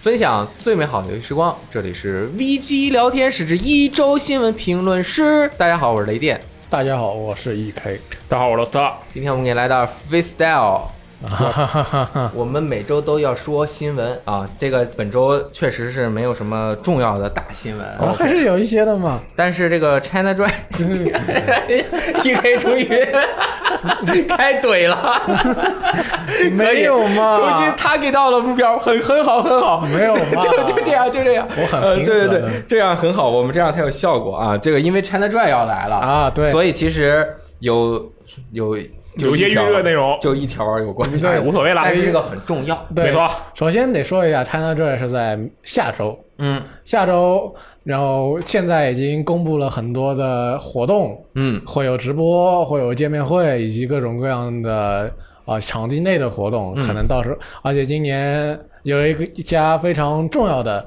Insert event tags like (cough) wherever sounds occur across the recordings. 分享最美好的游戏时光，这里是 VG 聊天室之一周新闻评论师。大家好，我是雷电。大家好，我是 E EK。大家好，我是老大。今天我们给大家来到 Freestyle，我们每周都要说新闻啊。这个本周确实是没有什么重要的大新闻，我们啊还是有一些的 (laughs) 嘛。但是这个 China (laughs) Drive，PK 出于开怼了，可以没有嘛球击他给到了目标，很很好，很好，没有嘛 (laughs) 就就这样，就这样，我很呃平对对和的对，这样很好，我们这样才有效果啊。这个因为 China Drive 要来了啊对所以其实有有有些一条预热内容嗯就一条有关系，对无所谓啦但是这个很重要，对没错，首先得说一下，China Joy 是在下周，嗯下周，然后现在已经公布了很多的活动，嗯，会有直播，会有见面会，以及各种各样的啊、呃场地内的活动，嗯可能到时候，而且今年有一个一家非常重要的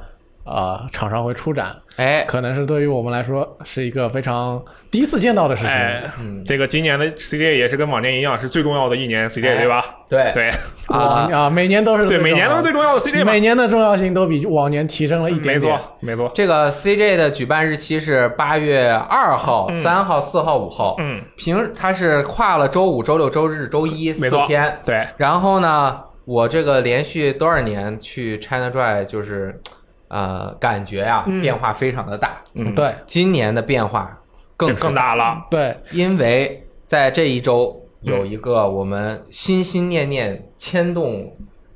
啊、呃厂商会出展，哎，可能是对于我们来说是一个非常第一次见到的事情。哎，这个今年的 CJ 也是跟往年一样，是最重要的一年 CJ 对吧？对对我啊啊，每年都是对，最每年都是最重要的 CJ 嘛嗯每。年的重要性都比往年提升了一没点点。错，没错。这个 CJ 的举办日期是八月二号、三号、四号、五号。嗯，平它是跨了周五、周六、周日、周一四没错天。对，然后呢，我这个连续多少年去 China Drive，就是呃，感觉呀、变化非常的大。嗯，对今年的变化更这是更，大了。对，因为在这一周有一个我们心心念念牵动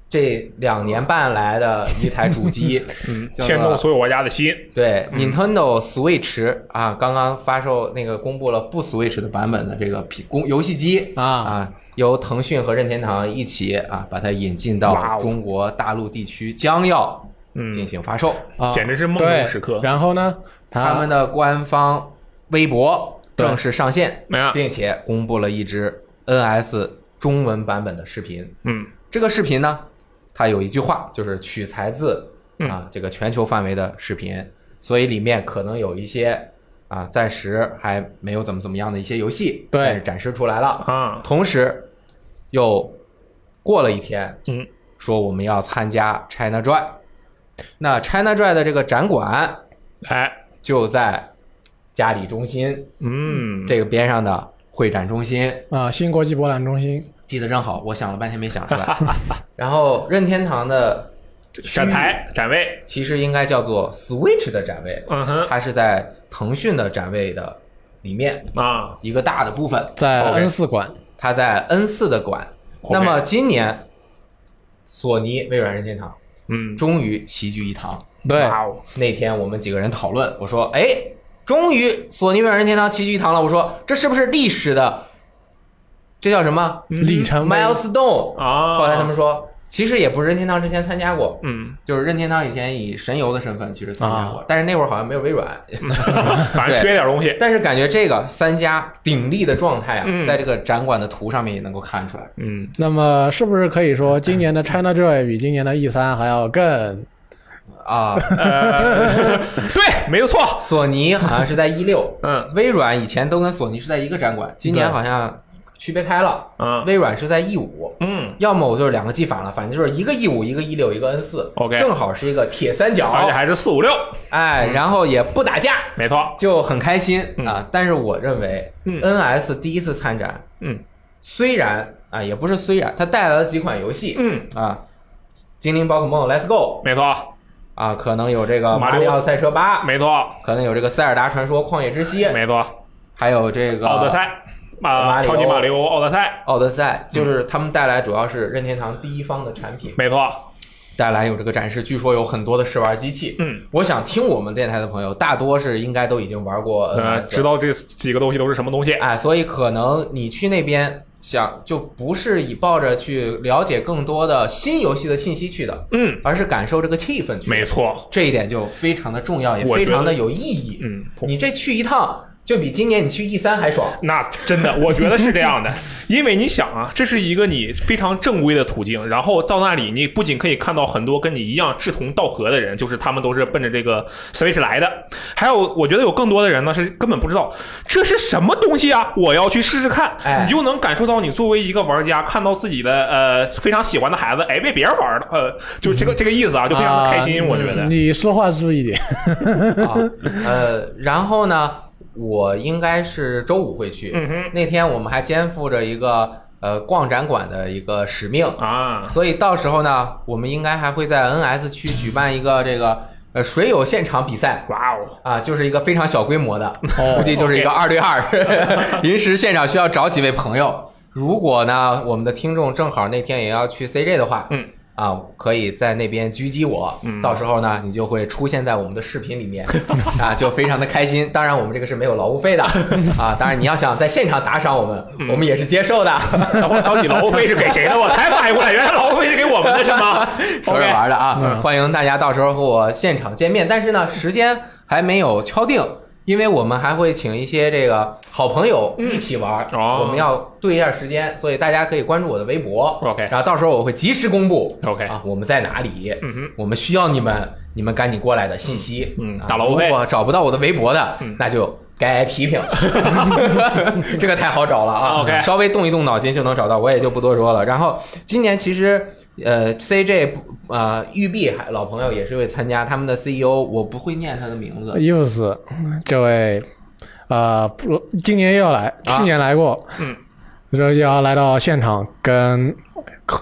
这两年半来的一台主机， (laughs) 嗯，叫做牵动所嗯有玩家的心。对，Nintendo Switch 啊，刚刚发售那个公布了不 Switch 的版本的这个皮公游戏机啊啊，由腾讯和任天堂一起啊，把它引进哇到哦中国大陆地区，将要嗯进行发售。啊，简直是梦对中时刻然后呢，他们的官方微博正式上线哎呀，并且公布了一支 NS 中文版本的视频。嗯，这个视频呢，它有一句话，就是取材自嗯啊这个全球范围的视频，所以里面可能有一些啊暂时还没有怎么怎么样的一些游戏，对但是展示出来了。啊，同时，又过了一天，嗯，说我们要参加 China Drive，那 China Drive 的这个展馆哎，就在嘉里中心嗯，这个边上的会展中心。啊，新国际博览中心记得真好，我想了半天没想出 (laughs) 来。然后任天堂的展台展位，其实应该叫做 Switch 的展位，嗯哼，它是在腾讯的展位的里面啊，一个大的部分，在 OK N 四馆嗯它在 N 四的馆。 OK 那么今年，索尼、微软、任天堂嗯，终于齐聚一堂。对哇哦，那天我们几个人讨论，我说：“哎，终于索尼、微软、任天堂齐聚一堂了。”我说：“这是不是历史的？这叫什么里程碑 milestone？” 啊，后来他们说，其实也不是任天堂之前参加过， (laughs) 嗯，就是任天堂以前以神游的身份其实参啊加过，但是那会儿好像没有微软。 (laughs) 反正缺点东西。但是感觉这个三家鼎立的状态啊，嗯在这个展馆的图上面也能够看出来。嗯，那么是不是可以说今年的 China Joy 比今年的 E 三还要更啊，呃，对，没有错。索尼好像是在一六，嗯微软以前都跟索尼是在一个展馆，今年好像区别开了，嗯微软是在 E 五。嗯，要么我就是两个记反了，反正就是一个 E 五，一个 E 六，一个 N 四 OK 正好是一个铁三角，而且还是四五六，哎，然后也不打架，没错。就很开心嗯啊。但是我认为嗯，NS 第一次参展，嗯虽然啊，也不是虽然，它带来了几款游戏嗯，啊，精灵宝可梦 Let's Go 没错，啊，可能有这个马马里奥里奥赛车八，没错，可能有这个塞尔达传说旷野之息，没错。还有这个奥德赛马啊，里欧超级马里奥奥德赛，奥德嗯赛就是他们带来主要是任天堂第一方的产品，没错，带来有这个展示，据说有很多的试玩机器。嗯，我想听我们电台的朋友，大多是应该都已经玩过呃， NS 知道这几个东西都是什么东西，哎，所以可能你去那边想就不是以抱着去了解更多的新游戏的信息去的，嗯，而是感受这个气氛去。没，错，这一点就非常的重要，也我非觉得常的有意义。嗯，你这去一趟，就比今年你去 E 三还爽。那真的，我觉得是这样的，因为你想啊，这是一个你非常正规的途径，然后到那里，你不仅可以看到很多跟你一样志同道合的人，就是他们都是奔着这个 Switch 来的，还有我觉得有更多的人呢是根本不知道这是什么东西啊，我要去试试看，哎你就能感受到你作为一个玩家看到自己的呃非常喜欢的孩子，哎，被别人玩了，呃，就这个这个意思啊，就非常的开心，啊我觉得。你说话注意点。啊，呃，然后呢，我应该是周五会去。嗯哼那天我们还肩负着一个呃逛展馆的一个使命，啊，所以到时候呢，我们应该还会在 NS 区举办一个这个呃水友现场比赛哇哦，啊，就是一个非常小规模的，估哦，计就是一个二对二， (laughs) 临时现场需要找几位朋友。如果呢，我们的听众正好那天也要去 CJ 的话，嗯。啊，可以在那边狙击我，到时候呢，你就会出现在我们的视频里面，啊，就非常的开心。当然，我们这个是没有劳务费的， (laughs) 啊，当然你要想在现场打赏我们，我们也是接受的，然后到底劳务费是给谁的？我才反应过来，原来劳务费是给我们的是吗 (laughs) 说着？OK，玩的啊，嗯欢迎大家到时候和我现场见面。但是呢，时间还没有敲定，因为我们还会请一些这个好朋友一起玩，哦我们要对一下时间，所以大家可以关注我的微博 OK 然后到时候我会及时公布 OK 啊我们在哪里，嗯哼，我们需要你们，你们赶紧过来的信息，嗯嗯啊打楼呗如果找不到我的微博的，嗯那就。该挨批 (laughs) 评， (laughs) 这个太好找了啊 OK 稍微动一动脑筋就能找到，我也就不多说了。然后今年其实呃，CJ 不呃，育碧还老朋友也是会参加，他们的 CEO 我不会念他的名哎字，伊夫斯，这位，呃，不，今年又要来，啊去年来过，嗯，这又要来到现场跟。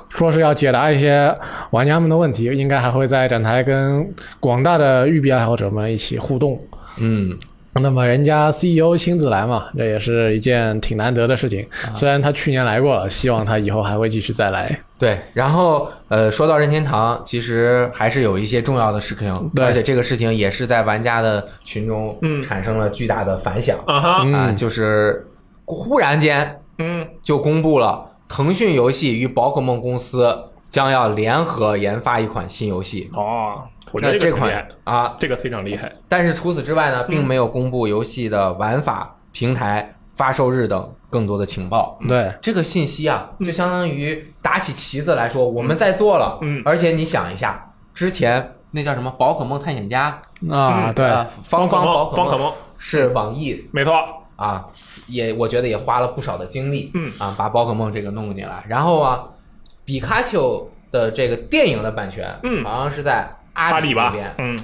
说是要解答一些玩家们的问题，应该还会在展台跟广大的育碧爱好者们一起互动。嗯，那么人家 CEO 亲自来嘛，这也是一件挺难得的事情。虽然他去年来过了，希望他以后还会继续再来。对。然后呃，说到任天堂，其实还是有一些重要的事情，对而且这个事情也是在玩家的群中嗯产生了巨大的反响啊、啊哈，嗯，就是忽然间嗯，就公布了腾讯游戏与宝可梦公司将要联合研发一款新游戏。哦，我觉那得这这个嗯很厉款害，啊，这个非常厉害。但是除此之外呢，并没有公布游戏的玩法、平台、发售日等更多的情报。对，这个信息啊，就相当于打起旗子来说，我们在做了。嗯而且你想一下，之前那叫什么《宝可梦探险家》啊，对，呃芳芳宝方可可梦梦，是网易没错，啊，也我觉得也花了不少的精力，嗯啊，把宝可梦这个弄进来。然后啊，比卡丘的这个电影的版权，嗯好像是在阿阿里里那吧边，，嗯，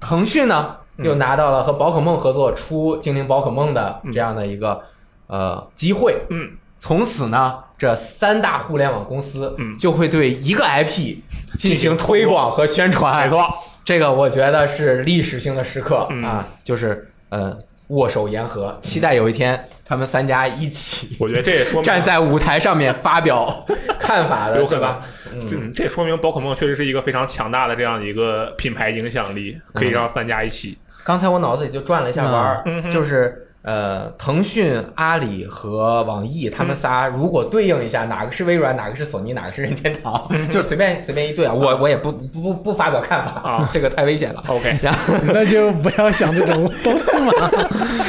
腾讯呢又拿到了和宝可梦合作出《精灵宝可梦》的这样的一个、呃机会，嗯，从此呢，这三大互联网公司嗯就会对一个 (laughs) IP 进行推广和宣没传，错，这个我觉得是历史性的时刻、嗯啊，就是呃握手言和，期待有一天他们三家一起我觉得这也说明站在舞台上面发 (laughs) 表看法的，有对可能吧？嗯，嗯，这也说明宝可梦确实是一个非常强大的这样一个品牌影响力，嗯可以让三家一起。刚才我脑子里就转了一下弯儿，嗯哼就是呃，腾讯、阿里和网易他们嗯仨如果对应一下，哪个是微软，哪个是索尼，哪个是任天堂，(laughs) 嗯就是随便随便一对啊，我我也不不不不发表看法啊， (laughs) 这个太危险 (laughs) 了。 OK，然后 (laughs) 那就不要想这种东西嘛。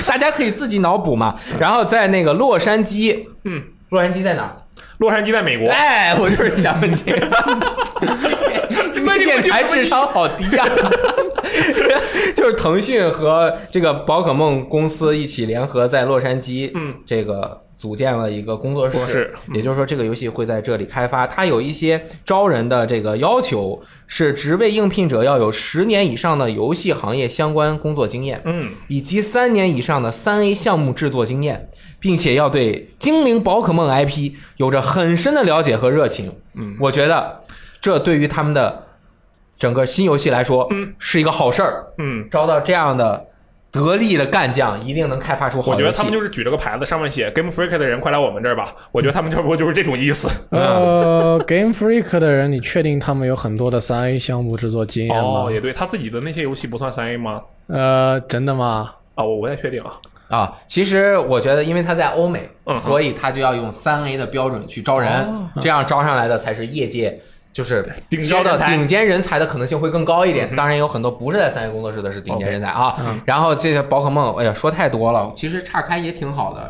大家可以自己脑补嘛。然后在那个洛杉矶，嗯，洛杉矶在哪儿？洛杉矶在美国，哎，我就是想问 (laughs) 这个。这个电台智商好低啊！ (laughs) 就是腾讯和这个宝可梦公司一起联合在洛杉矶，嗯，这个组建了一个工作工作室室。嗯也就是说，这个游戏会在这里开发。它有一些招人的这个要求，是职位应聘者要有十年以上的游戏行业相关工作经验，嗯，以及三年以上的三 A 项目制作经验，并且要对精灵宝可梦 IP 有着很深的了解和热情。嗯，我觉得这对于他们的整个新游戏来说，嗯，是一个好事儿。嗯，招到这样的得力的干将，一定能开发出我好觉游得戏他。们就是举了个牌子，上面写 Game Freak 的人快来我们这儿吧。我觉得他们差不多就是这种意思。啊 (laughs) 呃，Game Freak 的人，你确定他们有很多的三 A 项目制作经验吗？哦，也对，他自己的那些游戏不算三 A 吗？呃，真的吗？啊，我不太确定啊。啊，其实我觉得，因为他在欧美，嗯哦所以他就要用三 A 的标准去招人，这样招上来的才是业界。就是顶尖挑到人才顶尖人才的可能性会更高一点。嗯当然，也有很多不是在三 A 工作室的是顶尖 OK，人才啊。嗯然后这些宝可梦，哎呀，说太多了，其实岔开也挺好的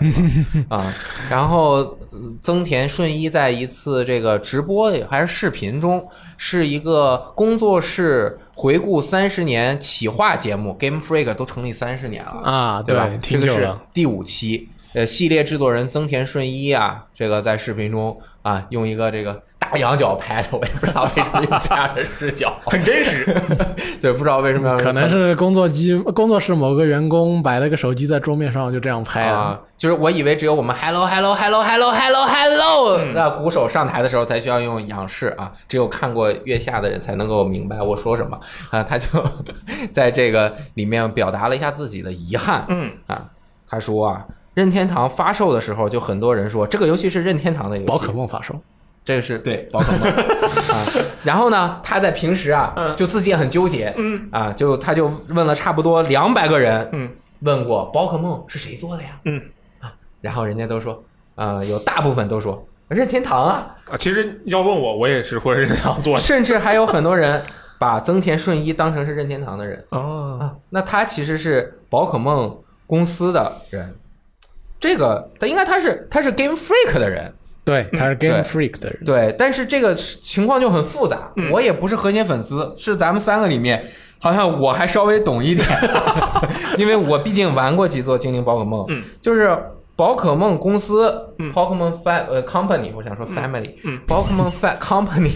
啊、然后呃增田顺一在一次这个直播还是视频中，是一个工作室回顾三十年企划节目，Game Freak 都成立三十年了啊，对吧？挺这个久是了，第五期，呃，系列制作人增田顺一啊，这个在视频中啊，用一个这个大羊角拍的，我也不知道为什么用这样的视角 (laughs) 很真实。 (laughs) 对，不知道为什么要可能是工作机工作室某个员工摆了个手机在桌面上，就这样拍了。啊，就是我以为只有我们 hello hello hello hello hello hello 那鼓手上台的时候才需要用仰视啊，只有看过月下的人才能够明白我说什么啊。他就 (laughs) 在这个里面表达了一下自己的遗憾，嗯啊，他说啊，任天堂发售的时候就很多人说这个游戏是任天堂的游戏，宝可梦发售，这个是对宝可梦 (laughs) 啊。然后呢，他在平时啊，嗯就自己也很纠结，嗯啊，就他就问了差不多两百个人，嗯，问过宝可梦是谁做的呀？嗯啊，然后人家都说，呃，有大部分都说任天堂啊，啊，其实要问我，我也是会这样做的。甚至还有很多人把增田顺一当成是任天堂的人哦，啊，那他其实是宝可梦公司的人。这个，他应该他是他是 Game Freak 的人，对，他是嗯对 Game Freak 的人。对，但是这个情况就很复杂。嗯我也不是核心粉丝，是咱们三个里面，好像我还稍微懂一点， (laughs) 因为我毕竟玩过几座精灵宝可梦。嗯，就是宝可梦公司，嗯宝可梦 fa 呃 company，我想说 family，嗯宝可梦 (laughs) fa company，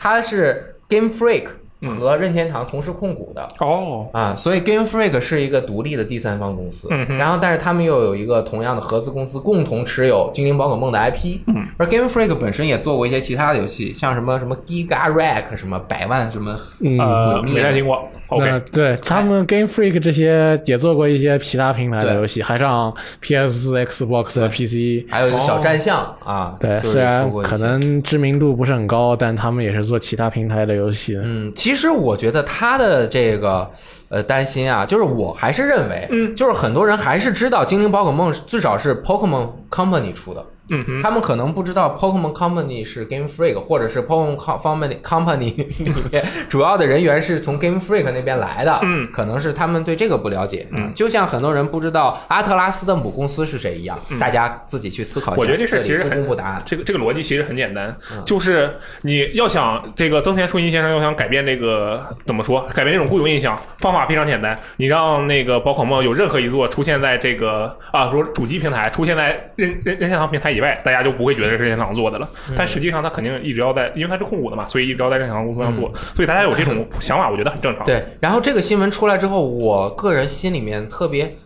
它是 Game Freak 嗯和任天堂同时控股的。哦，啊，所以 Game Freak 是一个独立的第三方公司，嗯哼然后但是他们又有一个同样的合资公司共同持有《精灵宝可梦》的 IP，、嗯、而 Game Freak 本身也做过一些其他的游戏，像什么什么 Giga Rack 什么百万什么，嗯，呃，嗯你没太听过。那 OK，对他们 Game Freak 这些也做过一些其他平台的哎对游戏，还上 PS、Xbox、PC。还有一个哦小战象、啊，对，就是虽出然过一些可能知名度不是很高，但他们也是做其他平台的游戏的。嗯，其实我觉得他的这个呃担心啊，就是我还是认为，嗯，就是很多人还是知道精灵宝可梦是至少是 Pokemon Company 出的，嗯哼，他们可能不知道 Pokemon Company 是 Game Freak，或者是 Pokemon Com- Company Company (laughs) 里面主要的人员是从 Game Freak 那边来的，嗯，可能是他们对这个不了解，嗯就像很多人不知道阿特拉斯的母公司是谁一样，大家自己去思考一下。嗯我觉得这事儿里其实不很公布答案，这个这个逻辑其实很简单，嗯就是你要想这个增田顺一先生要想改变这个怎么说，改变这种固有印象，方法非常简单，你让那个宝可梦有任何一座出现在这个啊，说主机平台出现在任任任天堂平台以外，大家就不会觉得是任天堂做的了。嗯但实际上它肯定一直要在，因为它是控股的嘛，所以一直要在任天堂公司上做，所以大家有 (laughs) 这种想法，我觉得很正常。嗯对，然后这个新闻出来之后，我个人心里面特别。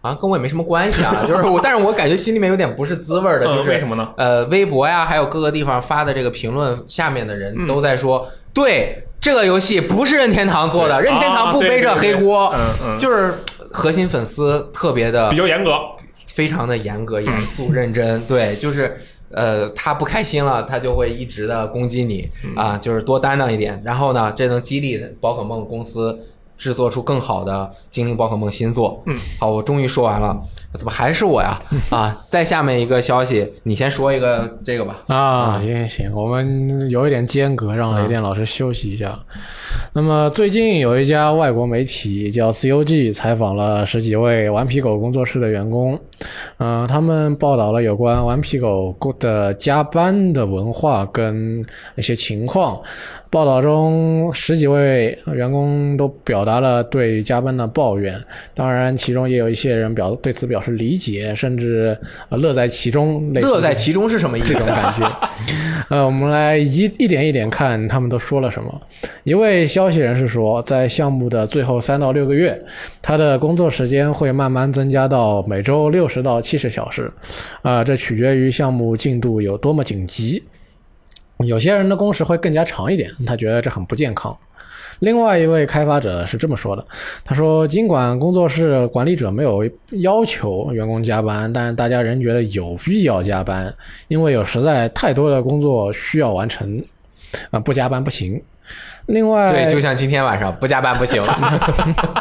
啊，跟我也没什么关系啊，就是我，但是我感觉心里面有点不是滋味儿的，呃就是为什么呢？呃，微博呀，还有各个地方发的这个评论，下面的嗯人都在说，对这个游戏不是任天堂做的，对任天堂不背这黑锅，啊对对对对嗯嗯就是核心粉丝特别的比较严格，非常的严格、严肃、认真。对，就是呃，他不开心了，他就会一直的攻击你嗯啊，就是多担当一点。然后呢，这能激励宝可梦公司制作出更好的精灵宝可梦新作。嗯，好，我终于说完了，怎么还是我呀？嗯啊，再下面一个消息，你先说一个这个吧。啊，行行行，我们有一点间隔，让雷电老师休息一下。那么最近有一家外国媒体叫 COG 采访了十几位顽皮狗工作室的员工，嗯、他们报道了有关顽皮狗工的加班的文化跟一些情况。报道中，十几位员工都表达了对加班的抱怨，当然其中也有一些人表对此表示理解，甚至呃乐在其中，类似乐在其中是什么意思这种啊？感觉。呃，我们来一一点一点看他们都说了什么。一位消息人士说，在项目的最后三到六个月，他的工作时间会慢慢增加到每周六十到七十小时，啊、这取决于项目进度有多么紧急。有些人的工时会更加长一点，他觉得这很不健康。另外一位开发者是这么说的：“他说，尽管工作室管理者没有要求员工加班，但大家仍觉得有必要加班，因为有实在太多的工作需要完成，啊、不加班不行。另外，对，就像今天晚上不加班不 (laughs) 行了。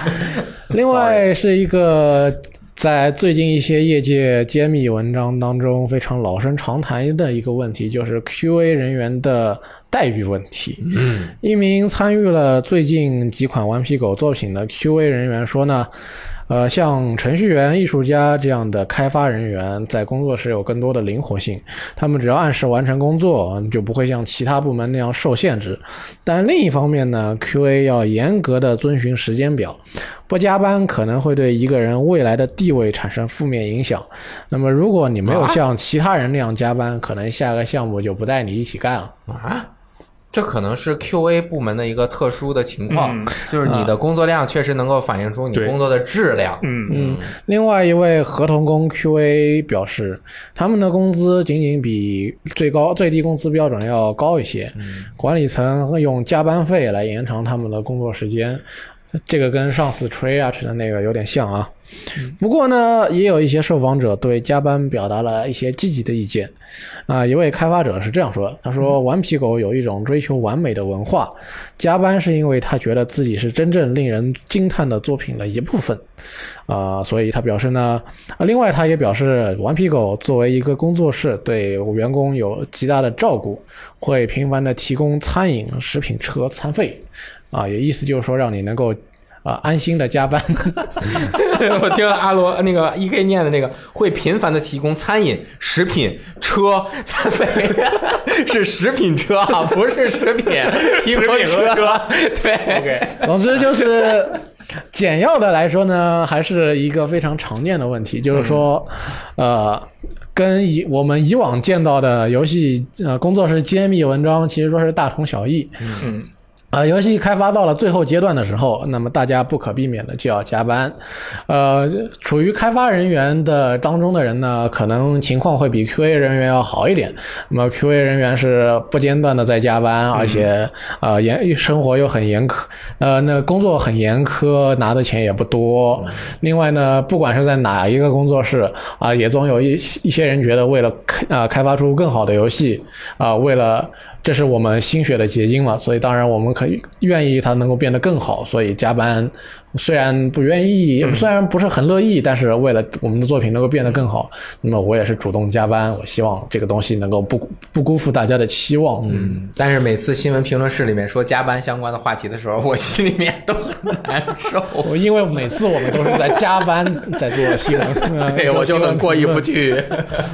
另外是一个在最近一些业界揭秘文章当中非常老生常谈的一个问题，就是 QA 人员的待遇问题。嗯，一名参与了最近几款《顽皮狗》作品的 QA 人员说呢，呃，像程序员、艺术家这样的开发人员，在工作时有更多的灵活性，他们只要按时完成工作，就不会像其他部门那样受限制。但另一方面呢，QA 要严格的遵循时间表，不加班可能会对一个人未来的地位产生负面影响。那么，如果你没有啊像其他人那样加班，可能下个项目就不带你一起干了。啊，这可能是 QA 部门的一个特殊的情况，啊嗯就是你的工作量确实能够反映出你对工作的质 (laughs) 量。嗯，嗯，另外一位合同工 QA 表示，他们的工资仅仅比最高最低工资标准要高一些，管理层用加班费来延长他们的工作时间，这个跟上次 t r e a c 的那个有点像啊。不过呢，也有一些受访者对加班表达了一些积极的意见。啊、一位开发者是这样说：“他说，顽皮狗有一种追求完美的文化，加班是因为他觉得自己是真正令人惊叹的作品的一部分。”啊、所以他表示呢，啊另外他也表示，顽皮狗作为一个工作室，对员工有极大的照顾，会频繁的提供餐饮、食品车、餐费，啊，也意思就是说让你能够。啊，安心的加班，我听阿罗那个 EK 念的那个，会频繁的提供餐饮、食品、车、餐费， (laughs) 是食品车啊，不是食品，提供食品和车对， OK， (laughs) 总之就是简要的来说呢，还是一个非常常见的问题，就是说，呃，跟以我们以往见到的游戏呃工作室揭秘文章，其实说是大同小异。嗯，呃，游戏开发到了最后阶段的时候，那么大家不可避免的就要加班。呃，处于开发人员的当中的人呢，可能情况会比 QA 人员要好一点。那么 QA 人员是不间断的在加班，而且呃严生活又很严苛，呃，那工作很严苛，拿的钱也不多。另外呢，不管是在哪一个工作室啊、也总有一一些人觉得为了开啊、开发出更好的游戏啊、为了这是我们心血的结晶嘛，所以当然我们可以愿意它能够变得更好，所以加班虽然不愿意，虽然不是很乐意，但是为了我们的作品能够变得更好，那么我也是主动加班，我希望这个东西能够不不辜负大家的期望。嗯，但是每次新闻评论室里面说加班相关的话题的时候，我心里面都很难受。我嗯因为每次我们都是在加班 (laughs) 在做新闻，嗯 (laughs) 对，做哎我就新闻很过意评不 (laughs) 论去。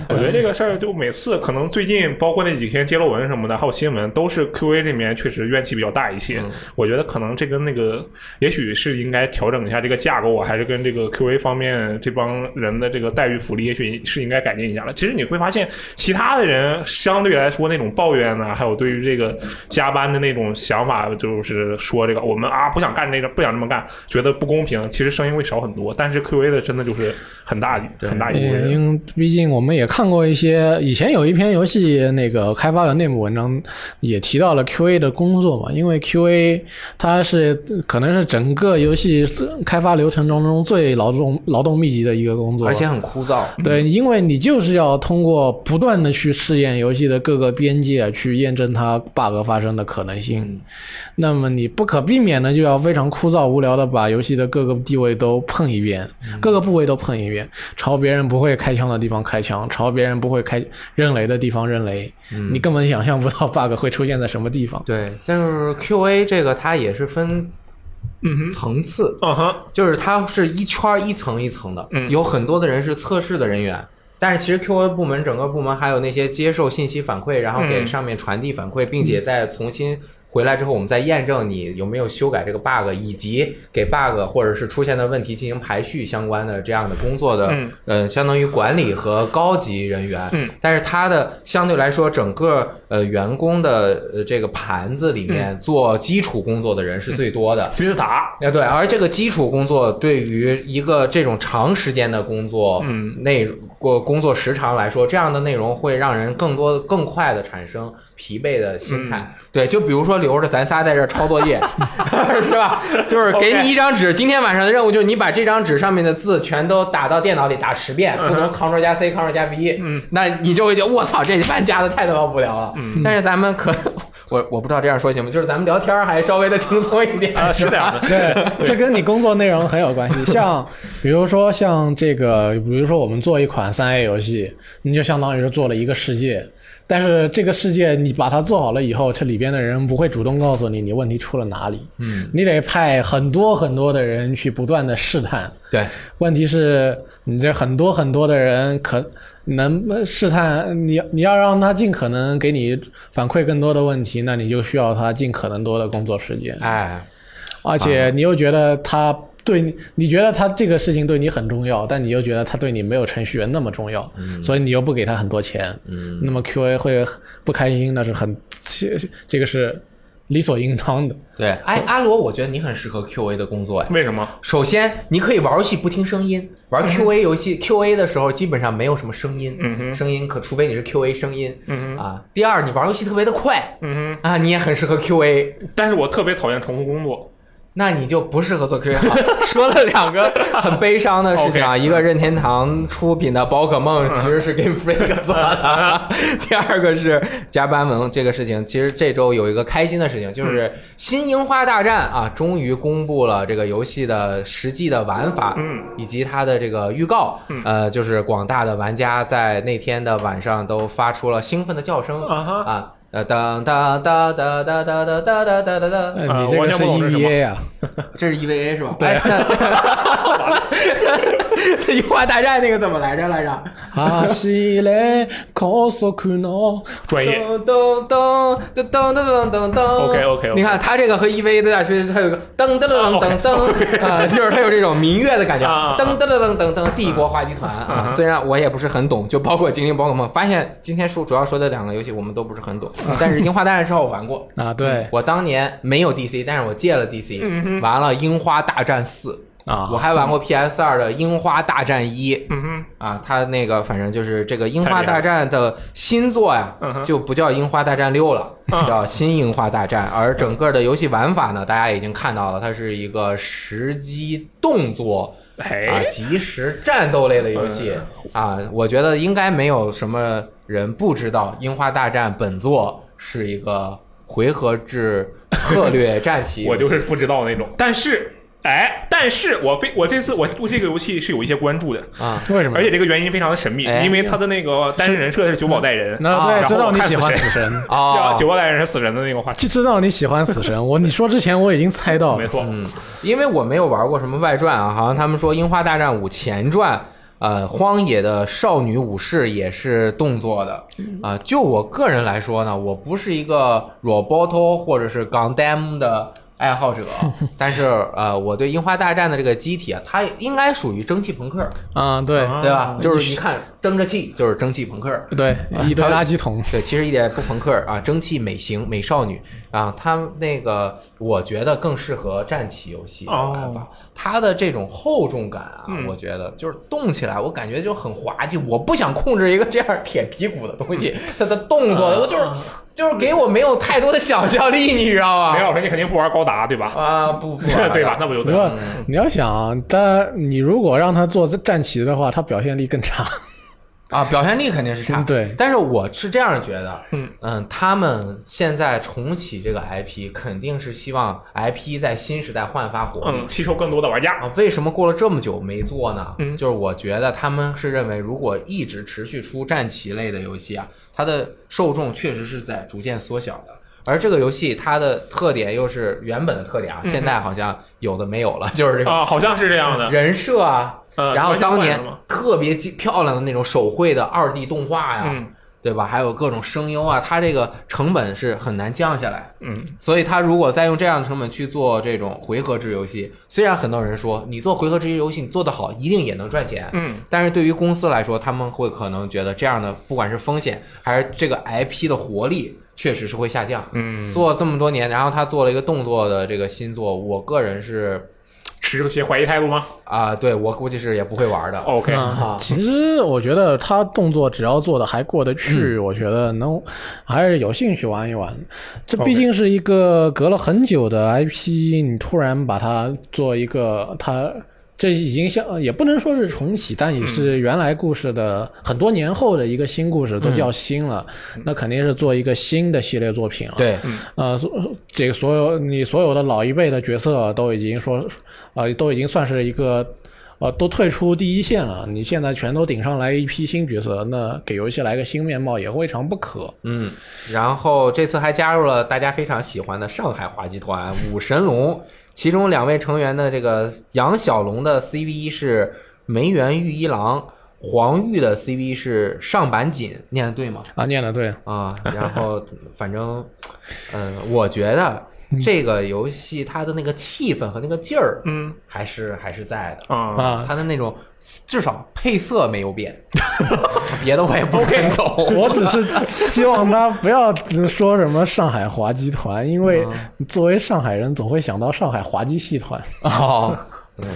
我觉得这个事儿就每次可能最近包括那几天揭露文什么的，还有新闻，都是 QA 这面确实怨气比较大一些。我觉得可能这跟那个，也许是应该调整一下这个架构啊，还是跟这个 QA 方面这帮人的这个待遇福利，也许是应该改进一下了。其实你会发现，其他的人相对来说那种抱怨呢、啊还有对于这个加班的那种想法，就是说这个我们啊不想干这个，不想这么干，觉得不公平，其实声音会少很多。但是 QA 的真的就是很大哎很大一部分嗯，人。因为毕竟我们也看过一些，以前有一篇游戏那个开发的内幕文章也提到了 QA 的工作嘛，因为 QA 它是可能是整个游戏开发流程当中最劳动劳动密集的一个工作，而且很枯燥。对，因为你就是要通过不断的去试验游戏的各个边界，去验证它 bug 发生的可能性。那么你不可避免的就要非常枯燥无聊的把游戏的各个地位都碰一遍，各个部位都碰一遍，朝别人不会开枪的地方开枪，朝别人不会开扔雷的地方扔雷。你根本想象不到 bug 会出现在什么地方。对，但是 QA 这个它也是分嗯哼，层次，嗯哼。就是它是一圈儿一层一层的，嗯有很多的人是测试的人员，但是其实 QA 部门整个部门还有那些接受信息反馈，然后给嗯上面传递反馈，并且再重新回来之后，我们再验证你有没有修改这个 bug，以及给 bug 或者是出现的问题进行排序相关的这样的工作的嗯，呃，相当于管理和高级人员，嗯，但是它的相对来说，整个呃员工的呃这个盘子里面嗯做基础工作的人是最多的，金字塔，哎，对，而这个基础工作对于一个这种长时间的工作，嗯，内过工作时长来说，这样的内容会让人更多、更快的产生疲惫的心态。嗯对，就比如说留着咱仨在这儿抄作 (laughs) 业， (laughs) 是吧？就是给 OK 你一张纸，今天晚上的任务就是你把这张纸上面的字全都打到电脑里打十遍，不能 Ctrl 加 C Ctrl 加 V，嗯，那你就会觉得我操，这班加的太他妈无聊了。嗯但是咱们可。 (laughs) 我我不知道这样说行吗？就是咱们聊天儿还稍微的轻松一点，啊，是这样的， (laughs) 对，这跟你工作内容很有关系。像比如说像这个，比如说我们做一款三 A 游戏，你就相当于是做了一个世界。但是这个世界你把它做好了以后，这里边的人不会主动告诉你你问题出了哪里，嗯，你得派很多很多的人去不断的试探。对，嗯问题是，你这很多很多的人可能试探你，你要让他尽可能给你反馈更多的问题，那你就需要他尽可能多的工作时间。哎，而啊且你又觉得他对你，你觉得他这个事情对你很重要，但你又觉得他对你没有程序员那么重要，嗯所以你又不给他很多钱，嗯那么 QA 会不开心，那是很 (laughs) 这这个是理所应当的。对，哎，阿罗，我觉得你很适合 QA 的工作呀。为什么？首先，你可以玩游戏不听声音，玩 QA 游戏 QA 的时候基本上没有什么声音，嗯哼声音可除非你是 QA 声音嗯哼，啊。第二，你玩游戏特别的快嗯啊，你也很适合 QA，哼。但是我特别讨厌重复工作。那你就不适合做 QA 好。 (laughs) 说了两个很悲伤的事情啊， OK 嗯一个任天堂出品的宝可梦其实是 Game Freak 做 (laughs) 的，第二个是加班文这个事情。其实这周有一个开心的事情，就是《嗯新樱花大战》啊，终于公布了这个游戏的实际的玩法，嗯，以及它的这个预告，呃，就是广大的玩家在那天的晚上都发出了兴奋的叫声啊哈啊。呃，当当当当当当当当当当当当，呃啊你这我个也不是懂是什么 EVA 啊，这是 EVA 是吧？对。 (laughs) 那樱花大战那个怎么来着来着？啊西 (laughs) 嘞，高速苦恼，专业。噔噔噔噔噔噔噔噔 OK，OK，OK 你看它这个和 EVA 的大区，它有个噔噔噔噔噔噔啊，就是它有这种民乐的感觉啊啊啊，噔噔噔噔噔噔，帝国话剧团啊。虽然我也不是很懂，就包括精灵宝可梦，发现今天说主要说的两个游戏我们都不是很懂，啊但是樱花大战之后我玩 (laughs) 过。啊，对我当年没有 DC，但是我借了 DC，、嗯哼完了《樱花大战四》我啊，还玩过 PS 二的《樱花大战一》嗯哼，啊，它那个反正就是这个《樱太花厉害大战》的新作呀嗯，哼就不叫《樱花大战六》了，嗯叫《新樱花大战》。而整个的游戏玩法呢，大家已经看到了，它是一个实机动作啊哎，、即时战斗类的游戏嗯啊，我觉得应该没有什么人不知道《樱花大战》本作是一个回合制策略战棋游我戏。就是不知道那种。但是，哎，但是我非我这次我对这个游戏是有一些关注的，啊，为什么而？且这个原因非常的神秘，哎因为他的那个单人人设是久保带人，那啊对，然后知道我你看喜死欢谁死神， (laughs) 哦叫，久保带人是死人的那个话题，就知道你喜欢死神。我你说之前我已经猜到没了，错。因为我没有玩过什么外传啊，好像他们说《樱花大战五》前传，呃，《荒野的少女武士》也是动作的啊、就我个人来说呢，我不是一个 Roboto 或者是 Gundam 的爱好者，但是呃，我对《樱花大战》的这个机体啊，它应该属于蒸汽朋克，啊，对啊对吧？就是一看蒸着气，就是蒸汽朋克。对，啊一堆垃圾桶，对，其实一点也不朋克啊，蒸汽美型美少女啊，她那个我觉得更适合战棋游戏的玩法，它的这种厚重感啊，哦嗯我觉得就是动起来，我感觉就很滑稽，我不想控制一个这样铁皮鼓的东 (laughs) 西，它的动作，嗯我就是就是给我没有太多的想象力，你知道梅吗？老师，你肯定不玩高达对 (laughs) 吧？啊，不不玩了，对吧？那不就不过你要想，他你如果让他做战旗的话，他表现力更差。啊，表现力肯定是差，嗯 (laughs) 对但是我是这样觉得，嗯他们现在重启这个 IP，肯定是希望 IP 在新时代焕发活力。嗯，吸收更多的玩家。啊，为什么过了这么久没做呢？嗯就是我觉得他们是认为，如果一直持续出战棋类的游戏啊，它的受众确实是在逐渐缩小的。而这个游戏它的特点又是原本的特点啊，嗯现在好像有的没有了，就是这个啊，好像是这样的。人设啊，呃然后当年关键是什么特别精漂亮的那种手绘的二 D 动画呀、嗯对吧？还有各种声优啊，它这个成本是很难降下来。嗯，所以它如果再用这样的成本去做这种回合制游戏，虽然很多人说你做回合制游戏你做得好，一定也能赚钱，嗯，但是对于公司来说，他们会可能觉得这样的不管是风险还是这个 IP 的活力，确实是会下降。嗯，做了这么多年，然后他做了一个动作的这个新作，我个人是持些怀疑态度吗嗯啊、对我估计是也不会玩的。 ？OK，啊其实我觉得他动作只要做的还过得去，我觉得能还是有兴趣玩一玩。这 OK 毕竟是一个隔了很久的 IP，你突然把它做一个它。这已经像也不能说是重启，但也是原来故事的很多年后的一个新故事，都叫新了。那肯定是做一个新的系列作品了。对，呃，所这个所有你所有的老一辈的角色都已经说，呃，都已经算是一个呃都退出第一线了，你现在全都顶上来一批新角色，那给游戏来个新面貌也未尝不可。嗯，然后这次还加入了大家非常喜欢的上海话剧团五神龙，其中两位成员的这个杨小龙的 CV 是梅园玉一郎，黄玉的 CV 是上坂锦，念的对吗？啊，念的对，啊，然后反正，嗯、我觉得这个游戏它的那个气氛和那个劲儿嗯还是还是在的。啊。(laughs) 啊，它的那种至少配色没有变，别的我也不很懂。我只是希望他不要只说什么上海滑稽团，因为啊作为上海人，总会想到上海滑稽戏团。哦，嗯，